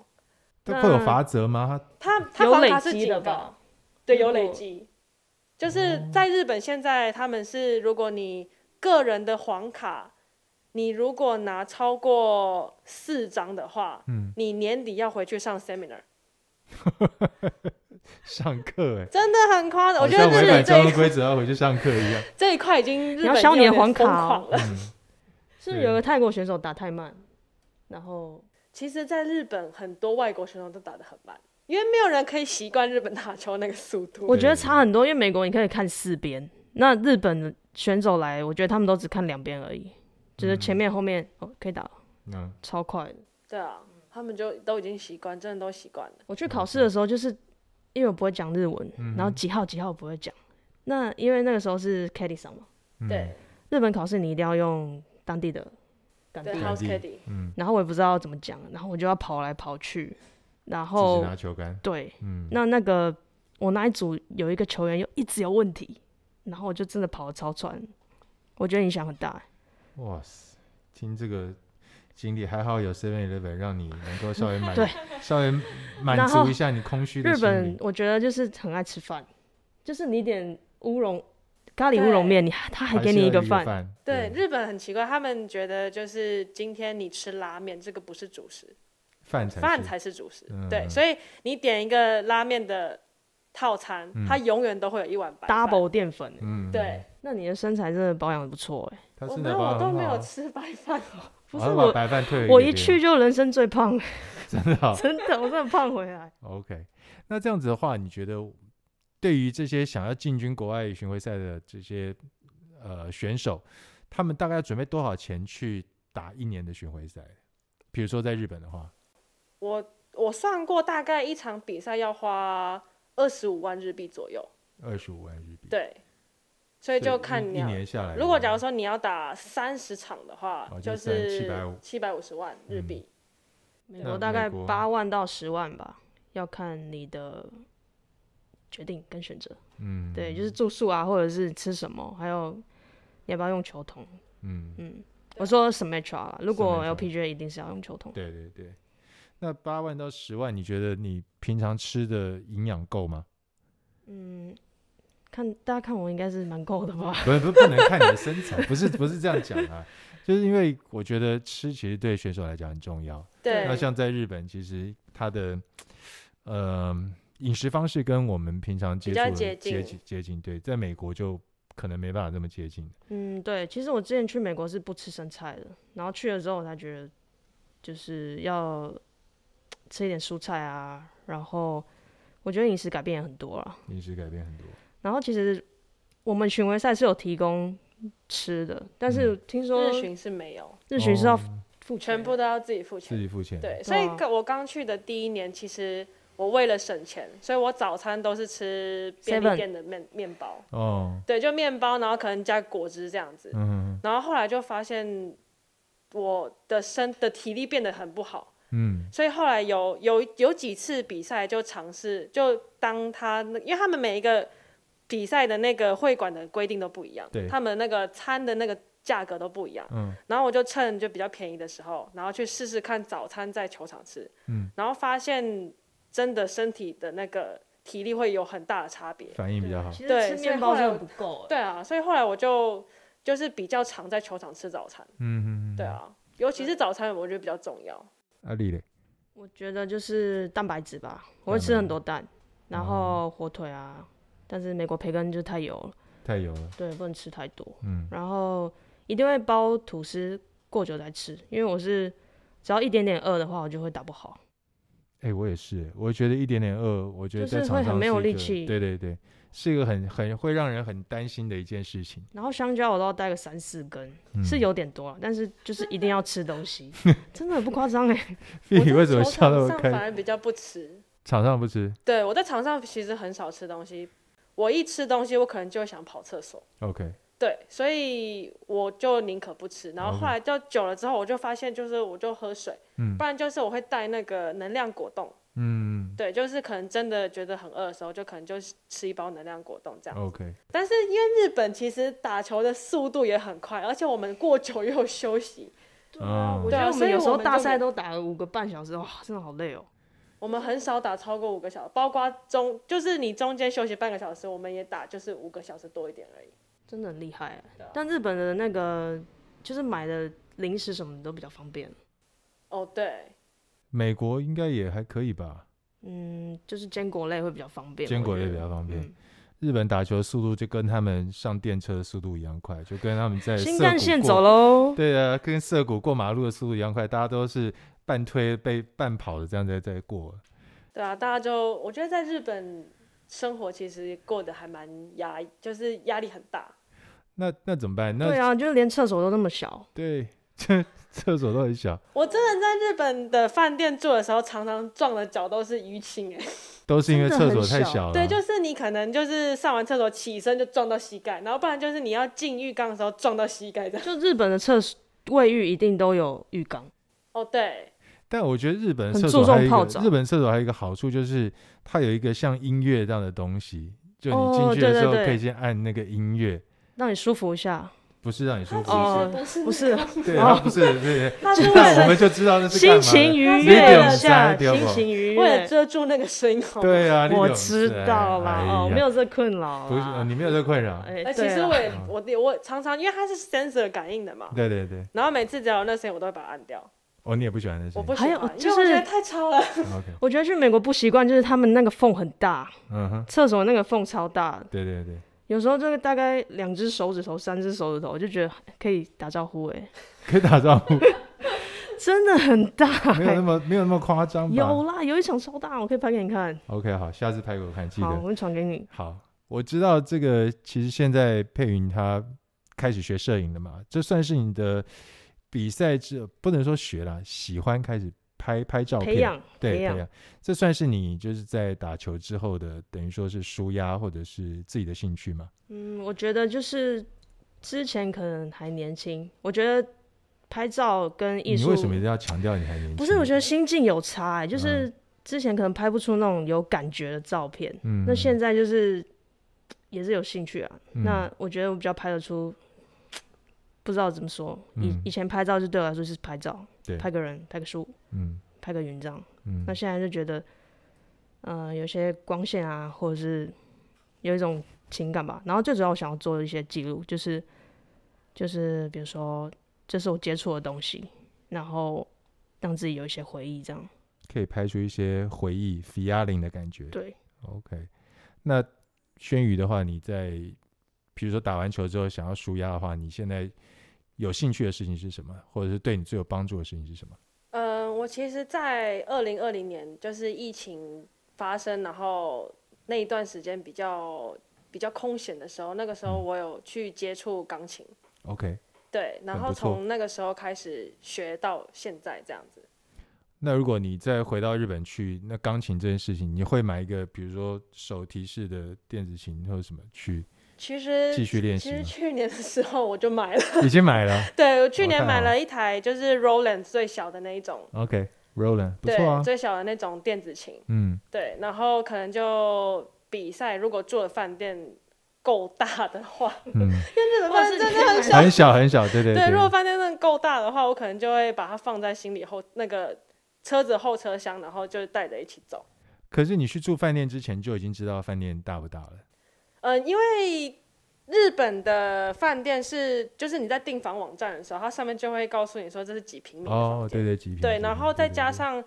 [SPEAKER 1] 但会有
[SPEAKER 3] 嗯
[SPEAKER 1] 罚则吗？
[SPEAKER 2] 他他
[SPEAKER 3] 有
[SPEAKER 2] 黄
[SPEAKER 3] 累
[SPEAKER 2] 卡是
[SPEAKER 3] 积
[SPEAKER 2] 警
[SPEAKER 3] 的
[SPEAKER 2] 告
[SPEAKER 3] 吧，？
[SPEAKER 2] 对，
[SPEAKER 3] 如
[SPEAKER 2] 有累
[SPEAKER 3] 果哦
[SPEAKER 2] 积。就是在日本现在他们是，如果你个人的黄卡，你如果拿超过四张的话，
[SPEAKER 1] 嗯
[SPEAKER 2] 你年底要回去上 seminar，
[SPEAKER 1] 上课哎，
[SPEAKER 2] 真的很夸张。我
[SPEAKER 1] 好
[SPEAKER 2] 觉
[SPEAKER 1] 像
[SPEAKER 2] 得
[SPEAKER 1] 违
[SPEAKER 2] 日
[SPEAKER 1] 反
[SPEAKER 2] 本
[SPEAKER 1] 交
[SPEAKER 2] 这
[SPEAKER 1] 通
[SPEAKER 2] 一
[SPEAKER 1] 规则要回去上课一样。嗯
[SPEAKER 2] 这一块已经日
[SPEAKER 3] 要
[SPEAKER 2] 本
[SPEAKER 3] 消
[SPEAKER 2] 已经
[SPEAKER 3] 你的
[SPEAKER 2] 有点
[SPEAKER 3] 黄
[SPEAKER 2] 疯
[SPEAKER 3] 卡哦
[SPEAKER 2] 狂了。
[SPEAKER 3] 是不是有个泰国选手打太慢，然后
[SPEAKER 2] 其实，在日本很多外国选手都打得很慢，因为没有人可以习惯日本打球那个速度。
[SPEAKER 3] 我
[SPEAKER 1] 嗯
[SPEAKER 3] 觉得差很多，因为美国你可以看四边，那日本的选手来，我觉得他们都只看两边而已， 就是前面后面哦可以打，
[SPEAKER 1] 嗯，
[SPEAKER 3] 超快的。
[SPEAKER 2] 对啊，他们就都已经习惯，真的都习惯了。
[SPEAKER 1] 嗯
[SPEAKER 3] 我去考试的时候，就是因为我不会讲日文，然后几号几号我不会讲，那因为那个时候是 Kitty 上嘛，
[SPEAKER 1] 嗯
[SPEAKER 2] 对，
[SPEAKER 3] 日本考试你一定要用当地的当地
[SPEAKER 2] 对
[SPEAKER 1] 地
[SPEAKER 2] ，House
[SPEAKER 1] 本
[SPEAKER 2] Caddy，
[SPEAKER 1] 嗯，
[SPEAKER 3] 然后我也不知道怎么讲，然后我就要跑来跑去，然
[SPEAKER 1] 自己
[SPEAKER 3] 后
[SPEAKER 1] 拿球杆，
[SPEAKER 3] 对，
[SPEAKER 1] 嗯，
[SPEAKER 3] 那那个我那一组有一个球员又一直有问题，然后我就真的跑了超喘，我觉得影响很大、
[SPEAKER 1] 哇塞，听这个经历还好有 Seven Eleven 让你能够稍微满
[SPEAKER 3] 对
[SPEAKER 1] 稍微满
[SPEAKER 3] 然
[SPEAKER 1] 足
[SPEAKER 3] 后
[SPEAKER 1] 一下你空虚的
[SPEAKER 3] 日
[SPEAKER 1] 心
[SPEAKER 3] 本
[SPEAKER 1] 理。
[SPEAKER 3] 我觉得就是很爱吃饭，就是你点乌龙咖喱
[SPEAKER 2] 对
[SPEAKER 3] 乌龙面，你他还给
[SPEAKER 1] 是
[SPEAKER 3] 你
[SPEAKER 1] 要
[SPEAKER 3] 一个
[SPEAKER 1] 饭，
[SPEAKER 3] 饭，
[SPEAKER 2] 对，
[SPEAKER 1] 嗯
[SPEAKER 2] 日本很奇怪，他们觉得就是今天你吃拉面，这个不是主食，
[SPEAKER 1] 饭才
[SPEAKER 2] 饭
[SPEAKER 1] 是
[SPEAKER 2] 才是主食。
[SPEAKER 1] 嗯
[SPEAKER 2] 对，所以你点一个拉面的套餐，它永远都会有一碗白饭。
[SPEAKER 3] double 淀粉、欸
[SPEAKER 1] 嗯，
[SPEAKER 2] 对，
[SPEAKER 3] 那你的身材真的保养的不错哎、
[SPEAKER 1] 他
[SPEAKER 2] 我
[SPEAKER 1] 真
[SPEAKER 2] 没
[SPEAKER 1] 的
[SPEAKER 2] 有，
[SPEAKER 1] 把
[SPEAKER 2] 我
[SPEAKER 1] 很
[SPEAKER 2] 都
[SPEAKER 1] 好
[SPEAKER 2] 没有
[SPEAKER 1] 啊
[SPEAKER 2] 吃白饭。
[SPEAKER 3] 不
[SPEAKER 1] 我
[SPEAKER 3] 是
[SPEAKER 1] 要把
[SPEAKER 3] 我，
[SPEAKER 1] 白饭退给
[SPEAKER 3] 我一
[SPEAKER 1] 别人
[SPEAKER 3] 去就人生最胖，
[SPEAKER 1] 真的啊
[SPEAKER 3] 真的，我真的胖回来。
[SPEAKER 1] OK，那这样子的话，你觉得对于这些想要进军国外巡回赛的这些呃选手，他们大概要准备多少钱去打一年的巡回赛？比如说在日本的话，
[SPEAKER 2] 我我算过，大概一场比赛要花二十五万日币左右。
[SPEAKER 1] 二十五万日币，
[SPEAKER 2] 对，所以
[SPEAKER 1] 所
[SPEAKER 2] 就
[SPEAKER 1] 以
[SPEAKER 2] 看
[SPEAKER 1] 一
[SPEAKER 2] 你
[SPEAKER 1] 一
[SPEAKER 2] 要。
[SPEAKER 1] 年下来的话，
[SPEAKER 2] 如果假如说你要打三十场的话
[SPEAKER 1] 哦，就
[SPEAKER 2] 就是是
[SPEAKER 1] 750
[SPEAKER 2] 七百五十万日
[SPEAKER 1] 嗯
[SPEAKER 2] 币。
[SPEAKER 3] 美
[SPEAKER 1] 那
[SPEAKER 3] 国大概
[SPEAKER 1] 美国
[SPEAKER 3] 八万到十万吧，要看你的决定跟选择。
[SPEAKER 1] 嗯，
[SPEAKER 3] 对，就是住宿啊，或者是吃什么，还有你要不要用球筒。
[SPEAKER 1] 嗯，
[SPEAKER 3] 我说 s y m e t r a 啦，如果
[SPEAKER 1] Symmetra
[SPEAKER 3] LPG 一定是要用球筒。
[SPEAKER 1] 对对对。那八万到十万，你觉得你平常吃的营养够吗？
[SPEAKER 3] 嗯，看大家看我应该是蛮够的吧？
[SPEAKER 1] 不不不能看你的身材，不是不是这样讲啊，就是因为我觉得吃其实对选手来讲很重要。
[SPEAKER 2] 对
[SPEAKER 1] 那，像在日本，其实它的呃饮食方式跟我们平常接
[SPEAKER 2] 比
[SPEAKER 1] 触
[SPEAKER 2] 较
[SPEAKER 1] 的
[SPEAKER 2] 接
[SPEAKER 1] 接
[SPEAKER 2] 近
[SPEAKER 1] 接近，对，在美国就可能没办法这么接近的。
[SPEAKER 3] 嗯，对，其实我之前去美国是不吃生菜的，然后去了之后我才觉得，就是要吃一点蔬菜啊，然后我觉得饮食改变也很多了。
[SPEAKER 1] 饮食改变很多，
[SPEAKER 3] 然后其实我们巡回赛是有提供吃的，但是听说
[SPEAKER 2] 日巡是没有，
[SPEAKER 3] 日巡是要
[SPEAKER 1] 嗯哦
[SPEAKER 3] 付钱
[SPEAKER 2] 全部都要自己付
[SPEAKER 1] 自
[SPEAKER 2] 钱。
[SPEAKER 1] 己付钱。，
[SPEAKER 2] 对，所以
[SPEAKER 3] 哇
[SPEAKER 2] 个我刚去的第一年，其实我为了省钱，所以我早餐都是吃便利
[SPEAKER 3] Seven
[SPEAKER 2] 店的面面包，
[SPEAKER 1] 哦，
[SPEAKER 2] 对，就面包，然后可能加果汁这样子。
[SPEAKER 1] 嗯
[SPEAKER 2] 然后后来就发现我的身的体力变得很不好，
[SPEAKER 1] 嗯
[SPEAKER 2] 所以后来有有有几次比赛就尝试，就当他那，因为他们每一个比赛的那个会馆的规定都不一样
[SPEAKER 1] 对，
[SPEAKER 2] 他们那个餐的那个价格都不一样。
[SPEAKER 1] 嗯
[SPEAKER 2] 然后我就趁就比较便宜的时候，然后去试试看早餐在球场吃，
[SPEAKER 1] 嗯
[SPEAKER 2] 然后发现真的身体的那个体力会有很大的差别。
[SPEAKER 1] 反应比较好。
[SPEAKER 3] 其实
[SPEAKER 2] 对
[SPEAKER 3] 吃
[SPEAKER 2] 所以
[SPEAKER 3] 面
[SPEAKER 2] 后
[SPEAKER 3] 包
[SPEAKER 2] 来
[SPEAKER 3] 真的
[SPEAKER 2] 我
[SPEAKER 3] 不够、欸，
[SPEAKER 2] 对啊，所以后来我就就是比较常在球场吃早餐。
[SPEAKER 1] 嗯嗯嗯，
[SPEAKER 2] 对。啊，尤其是早餐，我觉得比较重要。
[SPEAKER 1] 阿丽嘞，
[SPEAKER 3] 我觉得就是蛋白质吧，
[SPEAKER 1] 蛋白
[SPEAKER 3] 我会
[SPEAKER 1] 质
[SPEAKER 3] 吃很多蛋，然后火腿啊，但是美国培根就太油了，
[SPEAKER 1] 太油了。
[SPEAKER 3] 对，不能吃太多。
[SPEAKER 1] 嗯
[SPEAKER 3] 然后一定会包吐司过久再吃，因为我是只要一点点饿的话，我就会打不好。
[SPEAKER 1] 哎、我也是，我觉得一点点饿，我觉得
[SPEAKER 3] 就是
[SPEAKER 1] 在场
[SPEAKER 3] 会很
[SPEAKER 1] 上
[SPEAKER 3] 没
[SPEAKER 1] 是
[SPEAKER 3] 有
[SPEAKER 1] 一
[SPEAKER 3] 力
[SPEAKER 1] 个
[SPEAKER 3] 气
[SPEAKER 1] 对对对，是一个很很会让人很担心的一件事情。
[SPEAKER 3] 然后香蕉我都要带个三四根，
[SPEAKER 1] 嗯
[SPEAKER 3] 是有点多了，但是就是一定要吃东西， 真的不欸夸张哎、
[SPEAKER 1] 你为什么
[SPEAKER 2] 我在
[SPEAKER 1] 笑那
[SPEAKER 2] 球场
[SPEAKER 1] 么
[SPEAKER 2] 上反
[SPEAKER 1] 开？
[SPEAKER 2] 而比较不吃。
[SPEAKER 1] 场上不吃
[SPEAKER 2] 对，我在场上其实很少吃东西，我一吃东西，我可能就会想跑厕所。
[SPEAKER 1] ，OK，
[SPEAKER 2] 对，所以我就宁可不吃。然后
[SPEAKER 1] OK
[SPEAKER 2] 后来就久了之后，我就发现就是我就喝水，
[SPEAKER 1] 嗯
[SPEAKER 2] 不然就是我会带那个能量果冻。
[SPEAKER 1] 嗯
[SPEAKER 2] 对，就是可能真的觉得很饿的时候，就可能就吃一包能量果冻这样。
[SPEAKER 1] 嗯，OK，
[SPEAKER 2] 但是因为日本其实打球的速度也很快，而且我们过久又有休息，
[SPEAKER 1] 啊
[SPEAKER 3] 我
[SPEAKER 2] 对
[SPEAKER 3] 觉
[SPEAKER 2] 啊
[SPEAKER 3] 得我
[SPEAKER 2] 所
[SPEAKER 3] 们
[SPEAKER 2] 以
[SPEAKER 3] 有时候
[SPEAKER 2] 我们就
[SPEAKER 3] 大赛都打了五个半小时，哇，真的好累哦、
[SPEAKER 2] 我们很少打超过五个小时，包括中就是你中间休息半个小时，我们也打就是五个小时多一点而已。
[SPEAKER 3] 真的很厉害、欸。
[SPEAKER 2] 啊
[SPEAKER 3] 但日本的那个就是买的零食什么的都比较方便，
[SPEAKER 2] 哦，对，
[SPEAKER 1] 美国应该也还可以吧，
[SPEAKER 3] 嗯，就是坚果类会比较方便。
[SPEAKER 1] 坚果
[SPEAKER 3] 我觉
[SPEAKER 1] 类
[SPEAKER 3] 得
[SPEAKER 1] 比较方便。
[SPEAKER 3] 嗯
[SPEAKER 1] 日本打球的速度就跟他们上电车的速度一样快，就跟他们 在
[SPEAKER 3] 新
[SPEAKER 1] 涩
[SPEAKER 3] 干
[SPEAKER 1] 谷
[SPEAKER 3] 线
[SPEAKER 1] 过
[SPEAKER 3] 走喽。
[SPEAKER 1] 对啊，跟哎涩谷过马路的速度一样快，大家都是半推被半跑的这样在在过。
[SPEAKER 2] 对啊，大家就我觉得在日本生活其实过得还蛮压，就是压力很大。
[SPEAKER 1] 那那怎么办？那
[SPEAKER 3] 对啊，就是连厕所都那么小，
[SPEAKER 1] 对，这厕所都很小，
[SPEAKER 2] 我真的在日本的饭店住的时候，常常撞的脚都是淤青哎、
[SPEAKER 1] 都是因为
[SPEAKER 3] 真的
[SPEAKER 1] 厕
[SPEAKER 3] 很
[SPEAKER 1] 所太
[SPEAKER 3] 小
[SPEAKER 1] 小了。
[SPEAKER 2] 对，就是你可能就是上完厕所起身就撞到膝盖，然后不然就是你要进浴缸的时候撞到膝盖这样。
[SPEAKER 3] 就日本的厕所卫浴一定都有浴缸，
[SPEAKER 2] 哦，对，
[SPEAKER 1] 但我觉得日本的
[SPEAKER 3] 很
[SPEAKER 1] 厕
[SPEAKER 3] 注
[SPEAKER 1] 所还有
[SPEAKER 3] 重
[SPEAKER 1] 一
[SPEAKER 3] 泡
[SPEAKER 1] 个
[SPEAKER 3] 澡
[SPEAKER 1] 日本厕所还有一个好处就是它有一个像音乐这样的东西，就你进
[SPEAKER 3] 哦
[SPEAKER 1] 去的
[SPEAKER 3] 对
[SPEAKER 1] 时
[SPEAKER 3] 对
[SPEAKER 1] 候
[SPEAKER 3] 对
[SPEAKER 1] 可以先按那个音乐，
[SPEAKER 3] 让你舒服一 下。
[SPEAKER 1] 不是让你舒服。
[SPEAKER 3] 哦
[SPEAKER 2] 是
[SPEAKER 3] 不是，
[SPEAKER 1] 对，
[SPEAKER 3] 哦
[SPEAKER 1] 它不是，对 对，
[SPEAKER 2] 他是为
[SPEAKER 1] 那我
[SPEAKER 2] 了
[SPEAKER 1] 们就知道那是干
[SPEAKER 3] 心
[SPEAKER 1] 嘛
[SPEAKER 3] 情
[SPEAKER 1] 的。
[SPEAKER 3] 愉
[SPEAKER 2] 那是为
[SPEAKER 3] 悦
[SPEAKER 2] 了
[SPEAKER 3] 一下，
[SPEAKER 1] 这样
[SPEAKER 3] 心情愉
[SPEAKER 2] 为 了
[SPEAKER 3] 悦。
[SPEAKER 2] 遮住那个声音哦好吗。
[SPEAKER 1] 对啊，你
[SPEAKER 3] 我
[SPEAKER 1] 懂
[SPEAKER 3] 知
[SPEAKER 1] 是哎
[SPEAKER 3] 道啦，
[SPEAKER 1] 哎
[SPEAKER 3] 哦，
[SPEAKER 1] 呀
[SPEAKER 3] 没有这困扰啦。
[SPEAKER 1] 不是呃你没有这个困扰。
[SPEAKER 3] 哎，
[SPEAKER 2] 哎，
[SPEAKER 3] 对
[SPEAKER 2] 其实
[SPEAKER 3] 啦
[SPEAKER 2] 我也我我常常因为它是 sensor 感应的嘛，
[SPEAKER 1] 对对对，
[SPEAKER 2] 然后每次只要有那声音我都会把它按掉，
[SPEAKER 1] 哦，你也不喜欢那些。
[SPEAKER 2] 我不喜
[SPEAKER 3] 还有
[SPEAKER 2] 欢，因
[SPEAKER 3] 就
[SPEAKER 2] 为我觉
[SPEAKER 3] 是
[SPEAKER 2] 得太吵了。
[SPEAKER 1] OK，
[SPEAKER 3] 我觉得去美国不习惯，就是他们那个缝很大，
[SPEAKER 1] 嗯哼，
[SPEAKER 3] 厕所那个缝超大的，
[SPEAKER 1] 对对对，
[SPEAKER 3] 有时候这个大概两只手指头、三只手指头，我就觉得可以打招呼哎，
[SPEAKER 1] 可以打招呼，
[SPEAKER 3] 真的很大
[SPEAKER 1] 没有那
[SPEAKER 3] 哎。
[SPEAKER 1] 么没有那么夸张吧？
[SPEAKER 3] 有啦，有一场超大，我可以拍给你看。
[SPEAKER 1] OK，好，下次拍给我看，记
[SPEAKER 3] 好，
[SPEAKER 1] 得
[SPEAKER 3] 我。会传给你。
[SPEAKER 1] 好，我知道这个，其实现在佩云她开始学摄影了嘛，这算是你的比赛之不能说学啦，喜欢开始拍拍照片，
[SPEAKER 3] 培养，
[SPEAKER 1] 对
[SPEAKER 3] 培养
[SPEAKER 1] 养，这算是你就是在打球之后的，等于说是舒压或者是自己的兴趣嘛。
[SPEAKER 3] 嗯，我觉得就是之前可能还年轻，我觉得拍照跟艺
[SPEAKER 1] 你
[SPEAKER 3] 术
[SPEAKER 1] 为什么一定要强调你还年轻？
[SPEAKER 3] 不是，我觉得心境有差、欸，就是之前可能拍不出那种有感觉的照片，
[SPEAKER 1] 嗯，
[SPEAKER 3] 那现在就是也是有兴趣啊。
[SPEAKER 1] 嗯
[SPEAKER 3] 那我觉得我比较拍得出，不知道怎么说。以、
[SPEAKER 1] 嗯
[SPEAKER 3] 以前拍照就对我来说是拍照
[SPEAKER 1] 对，
[SPEAKER 3] 拍个人、拍个树、
[SPEAKER 1] 嗯
[SPEAKER 3] 拍个云这样。
[SPEAKER 1] 嗯
[SPEAKER 3] 那现在就觉得，呃，有些光线啊，或者是有一种情感吧。然后最主要我想要做一些记录，就是就是比如说，这是我接触的东西，然后让自己有一些回忆，这样
[SPEAKER 1] 可以拍出一些回忆 feeling 的感觉。
[SPEAKER 3] 对。
[SPEAKER 1] OK，那轩宇的话，你在比如说打完球之后想要舒压的话，你现在有兴趣的事情是什么，或者是对你最有帮助的事情是什么？
[SPEAKER 2] 嗯，我其实，在二零二零年，就是疫情发生，然后那一段时间比较比较空闲的时候，那个时候
[SPEAKER 1] 嗯
[SPEAKER 2] 我有去接触钢琴，
[SPEAKER 1] OK，
[SPEAKER 2] 对，然
[SPEAKER 1] 很
[SPEAKER 2] 后
[SPEAKER 1] 不错
[SPEAKER 2] 从那个时候开始学到现在这样子。
[SPEAKER 1] 那如果你再回到日本去，那钢琴这件事情，你会买一个比如说手提式的电子琴或者什么去
[SPEAKER 2] 其实
[SPEAKER 1] 继续练习
[SPEAKER 2] 其实
[SPEAKER 1] 吗？
[SPEAKER 2] 去年的时候我就买了，
[SPEAKER 1] 已经买了
[SPEAKER 2] 对我去
[SPEAKER 1] 哦
[SPEAKER 2] 年
[SPEAKER 1] 太好
[SPEAKER 2] 买
[SPEAKER 1] 了
[SPEAKER 2] 了一台就是 Roland 最小的那一种，
[SPEAKER 1] ，OK，Roland、不
[SPEAKER 2] 对
[SPEAKER 1] 错，啊，
[SPEAKER 2] 最小的那种电子琴，
[SPEAKER 1] 嗯，
[SPEAKER 2] 对，然后可能就比赛，如果住的饭店够大的话，
[SPEAKER 1] 嗯，
[SPEAKER 2] 不然真的很小。
[SPEAKER 1] 很小很小，对对
[SPEAKER 2] 对，如果饭店真的够大的话，我可能就会把它放在行李后那个车子后车厢，然后就带着一起走。
[SPEAKER 1] 可是你去住饭店之前就已经知道饭店大不大了，
[SPEAKER 2] 嗯、因为日本的饭店是，就是你在订房网站的时候，它上面就会告诉你说这是几平米的
[SPEAKER 1] 哦
[SPEAKER 2] 房，
[SPEAKER 1] 对
[SPEAKER 2] 间。
[SPEAKER 1] 对，几平
[SPEAKER 2] 对，
[SPEAKER 1] 几
[SPEAKER 2] 然
[SPEAKER 1] 平
[SPEAKER 2] 后再
[SPEAKER 1] 对对
[SPEAKER 2] 加
[SPEAKER 1] 对
[SPEAKER 2] 上，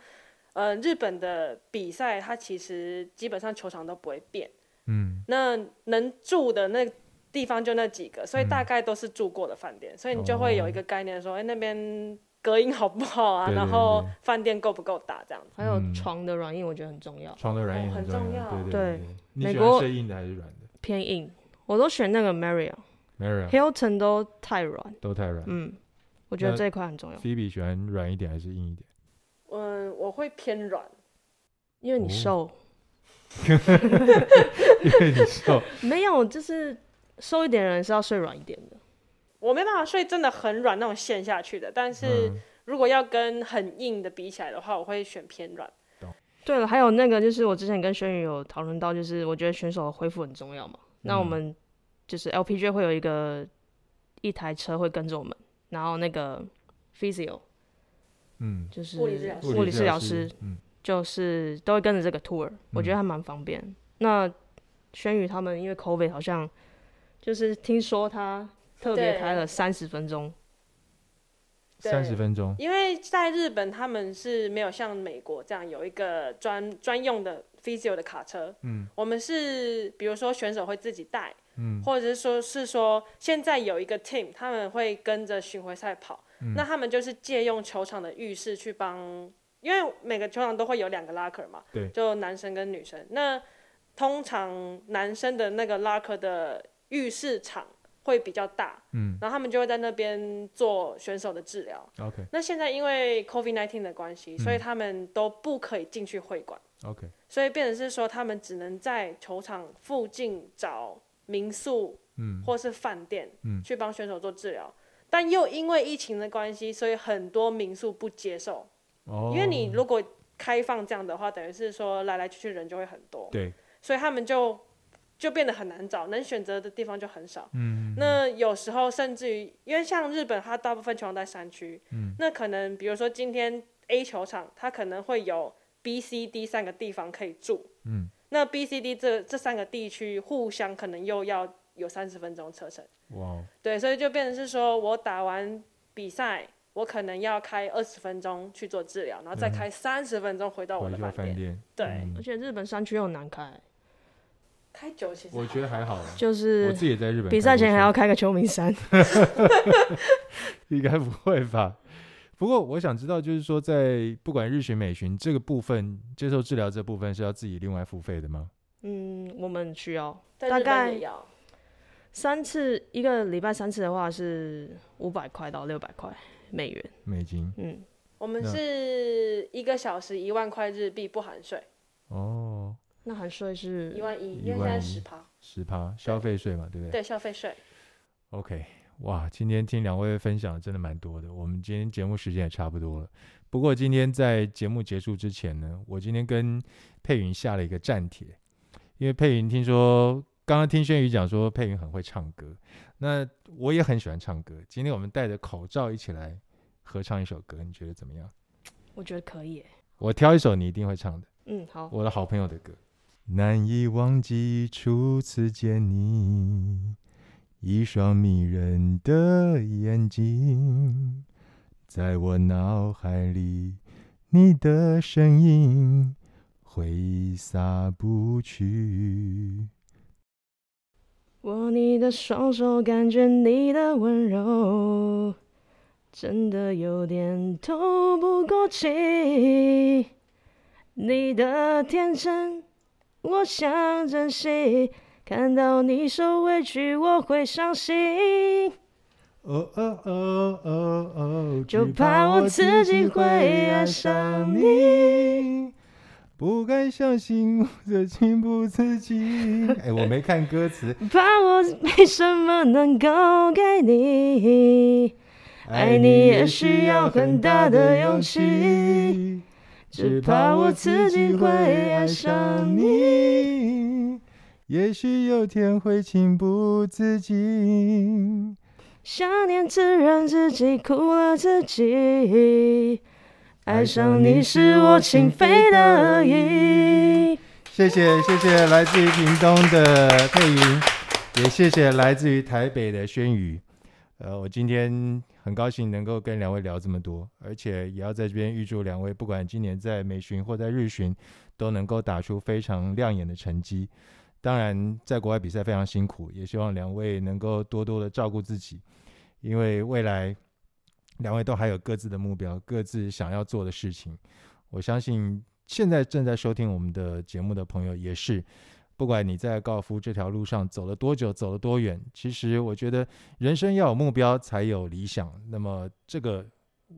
[SPEAKER 2] 呃，日本的比赛它其实基本上球场都不会变，
[SPEAKER 1] 嗯，
[SPEAKER 2] 那能住的那地方就那几个，所以大概都是住过的饭店，所以你就会有一个概念说，哎、那边隔音好不好啊？
[SPEAKER 1] 对对
[SPEAKER 2] 然后
[SPEAKER 1] 对
[SPEAKER 2] 饭店够不够大这样子。
[SPEAKER 3] 还有
[SPEAKER 1] 嗯
[SPEAKER 3] 床的软硬，我觉得很重要，
[SPEAKER 1] 床的软
[SPEAKER 2] 哦
[SPEAKER 1] 硬
[SPEAKER 2] 很
[SPEAKER 1] 重
[SPEAKER 2] 重要
[SPEAKER 1] 对
[SPEAKER 3] 对
[SPEAKER 1] 对。你
[SPEAKER 3] 美
[SPEAKER 1] 喜
[SPEAKER 3] 国
[SPEAKER 1] 欢睡硬的还是软的
[SPEAKER 3] 偏硬，我都选那个
[SPEAKER 1] ？Mary
[SPEAKER 3] Marriott，Hilton 都太软，
[SPEAKER 1] 啊都太软。
[SPEAKER 3] 嗯，我觉得
[SPEAKER 1] 那
[SPEAKER 3] 这一块很重要，
[SPEAKER 1] Phoebe 喜欢软一点还是硬一点？
[SPEAKER 2] 嗯，我会偏软，
[SPEAKER 3] 因为你
[SPEAKER 1] 哦
[SPEAKER 3] 瘦，
[SPEAKER 1] 因为你瘦，
[SPEAKER 3] 没有就是瘦一点的人是要睡软一点的，
[SPEAKER 2] 我没办法睡真的很软那种陷下去的，但是
[SPEAKER 1] 嗯，
[SPEAKER 2] 如果要跟很硬的比起来的话，我会选偏软。
[SPEAKER 3] 对了，还有那个就是我之前跟轩宇有讨论到，就是我觉得选手的恢复很重要嘛。那我
[SPEAKER 1] 嗯
[SPEAKER 3] 们就是 LPG 会有一个一台车会跟着我们，然后那个 physio
[SPEAKER 1] 嗯，
[SPEAKER 3] 就是
[SPEAKER 2] 物理治疗师
[SPEAKER 3] 物理治疗
[SPEAKER 1] 师
[SPEAKER 3] 师，
[SPEAKER 1] 嗯，
[SPEAKER 3] 就是都会跟着这个 tour，、我觉得还蛮方便。那轩宇他们因为 COVID 好像就是听说他特别
[SPEAKER 2] 对
[SPEAKER 3] 开了三十分钟，
[SPEAKER 2] 对
[SPEAKER 1] 三十分钟，
[SPEAKER 2] 因为在日本，他们是没有像美国这样有一个专专用的 physio 的卡车。
[SPEAKER 1] 嗯，
[SPEAKER 2] 我们是比如说选手会自己带，
[SPEAKER 1] 嗯，
[SPEAKER 2] 或者是说是说现在有一个 team，他们会跟着巡回赛跑，
[SPEAKER 1] 嗯
[SPEAKER 2] 那他们就是借用球场的浴室去帮，因为每个球场都会有两个 locker 嘛，
[SPEAKER 1] 对
[SPEAKER 2] 就男生跟女生。那通常男生的那个 locker 的浴室场会比较大，
[SPEAKER 1] 嗯
[SPEAKER 2] 然后他们就会在那边做选手的治疗。
[SPEAKER 1] ，OK
[SPEAKER 2] 那现在因为 COVID-19 的关
[SPEAKER 1] 嗯
[SPEAKER 2] 系，所以他们都不可以进去会馆，
[SPEAKER 1] OK，
[SPEAKER 2] 所以变成是说他们只能在球场附近找民宿
[SPEAKER 1] 嗯，
[SPEAKER 2] 或是饭店，
[SPEAKER 1] 嗯
[SPEAKER 2] 去帮选手做治疗。但又因为疫情的关系，所以很多民宿不接受，
[SPEAKER 1] 哦，
[SPEAKER 2] 因为你如果开放这样的话，等于是说来来去去人就会很多，
[SPEAKER 1] 对，
[SPEAKER 2] 所以他们就就变得很难找，能选择的地方就很少。
[SPEAKER 1] 嗯，
[SPEAKER 2] 那有时候甚至于，因为像日本，它大部分球场在山区，
[SPEAKER 1] 嗯
[SPEAKER 2] 那可能比如说今天 A 球场，它可能会有 B、C、D 三个地方可以住，
[SPEAKER 1] 嗯，
[SPEAKER 2] 那 B、C、D 这这三个地区互相可能又要有三十分钟车程，
[SPEAKER 1] 哇哦，
[SPEAKER 2] 对，所以就变成是说我打完比赛，我可能要开二十分钟去做治疗，然
[SPEAKER 1] 嗯
[SPEAKER 2] 后再开三十分钟回到我
[SPEAKER 1] 回
[SPEAKER 2] 的
[SPEAKER 1] 到
[SPEAKER 2] 饭
[SPEAKER 1] 饭
[SPEAKER 2] 店，
[SPEAKER 1] 店，
[SPEAKER 2] 对
[SPEAKER 1] 嗯
[SPEAKER 3] 而且日本山区又很难开，
[SPEAKER 2] 开久其实
[SPEAKER 1] 我觉得还好啦，啊
[SPEAKER 3] 就
[SPEAKER 1] 我
[SPEAKER 3] 是
[SPEAKER 1] 自己也在日本
[SPEAKER 3] 比
[SPEAKER 1] 开
[SPEAKER 3] 赛
[SPEAKER 1] 过
[SPEAKER 3] 前还
[SPEAKER 1] 车
[SPEAKER 3] 要开个秋 名山。
[SPEAKER 1] 应该不会吧？不过我想知道，就是说，在不管日巡、美巡这个部分，接受治疗这部分是要自己另外付费的吗？
[SPEAKER 3] 嗯，我们需要
[SPEAKER 2] 在
[SPEAKER 3] 大
[SPEAKER 2] 日本
[SPEAKER 3] 概
[SPEAKER 2] 也要。
[SPEAKER 3] 三次，一个礼拜三次的话是五百块到六百块美元。
[SPEAKER 1] 美金
[SPEAKER 3] 嗯，
[SPEAKER 2] 我们
[SPEAKER 1] 那
[SPEAKER 2] 是一个小时一万块日币，不含税，
[SPEAKER 1] 哦，
[SPEAKER 3] 那含税
[SPEAKER 2] 一
[SPEAKER 3] 是
[SPEAKER 2] 万一，
[SPEAKER 1] 一
[SPEAKER 2] 因为现
[SPEAKER 1] 万
[SPEAKER 2] 在
[SPEAKER 1] 一
[SPEAKER 2] 十趴，
[SPEAKER 1] 十趴消费税嘛，对不对？
[SPEAKER 2] 对消费税。
[SPEAKER 1] OK，哇，今天听两位分享真的蛮多的。我们今天节目时间也差不多了，不过今天在节目结束之前呢，我今天跟佩云下了一个站帖，因为佩云听说刚刚听轩宇讲说佩云很会唱歌，那我也很喜欢唱歌。今天我们戴着口罩一起来合唱一首歌，你觉得怎么样？
[SPEAKER 3] 我觉得可以耶。
[SPEAKER 1] 我挑一首你一定会唱的，
[SPEAKER 3] 嗯，好，
[SPEAKER 1] 我的好朋友的歌。难以忘记初次见你，一双迷人的眼睛，在我脑海里，你的身影挥洒不去。
[SPEAKER 3] 握你的双手，感觉你的温柔，真的有点透不过气。你的天真，我想珍惜。看到你受委屈，我会伤心，
[SPEAKER 1] 哦哦哦哦哦，
[SPEAKER 3] 就
[SPEAKER 1] 只
[SPEAKER 3] 怕我自己会爱上
[SPEAKER 1] 你。不敢相信这情不自禁。哎，我没看歌词。
[SPEAKER 3] 怕我没什么能够给你。爱你也需要很大的勇气，只怕我自己会爱上
[SPEAKER 1] 你。也许有天会情不自禁。
[SPEAKER 3] 想念自然自己，哭了自己。爱上你是我情非得已。
[SPEAKER 1] 谢谢谢谢来自于屏东的佩云，也谢谢来自于台北的轩宇。呃，我今天很高兴能够跟两位聊这么多，而且也要在这边预祝两位，不管今年在美巡或在日巡，都能够打出非常亮眼的成绩。当然，在国外比赛非常辛苦，也希望两位能够多多的照顾自己，因为未来两位都还有各自的目标，各自想要做的事情。我相信现在正在收听我们的节目的朋友也是，不管你在高尔夫这条路上走了多久，走了多远，其实我觉得人生要有目标才有理想。那么这个。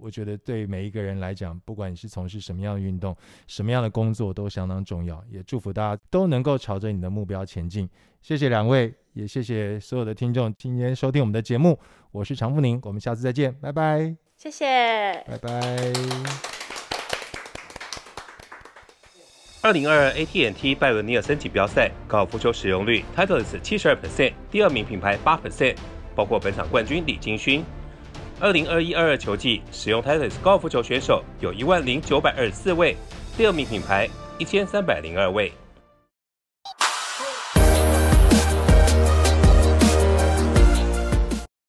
[SPEAKER 1] 我觉得对每一个人来讲，不管你是从事什么样的运动、什么样的工作，都相当重要。也祝福大家都能够朝着你的目标前进。谢谢两位，也谢谢所有的听众今天收听我们的节目。我是常富宁，我们下次再见，拜拜，
[SPEAKER 2] 谢谢。
[SPEAKER 1] 拜拜。
[SPEAKER 4] 二零二二 AT&T 拜伦尼尔森锦标赛高尔夫球使用率 Titleist 七十二 percent，第二名品牌八 percent，包括本场冠军李金勋。二零二一二二球季使用 Titleist 高尔夫球选手有一万零九百二十四位，第二名品牌一千三百零二位。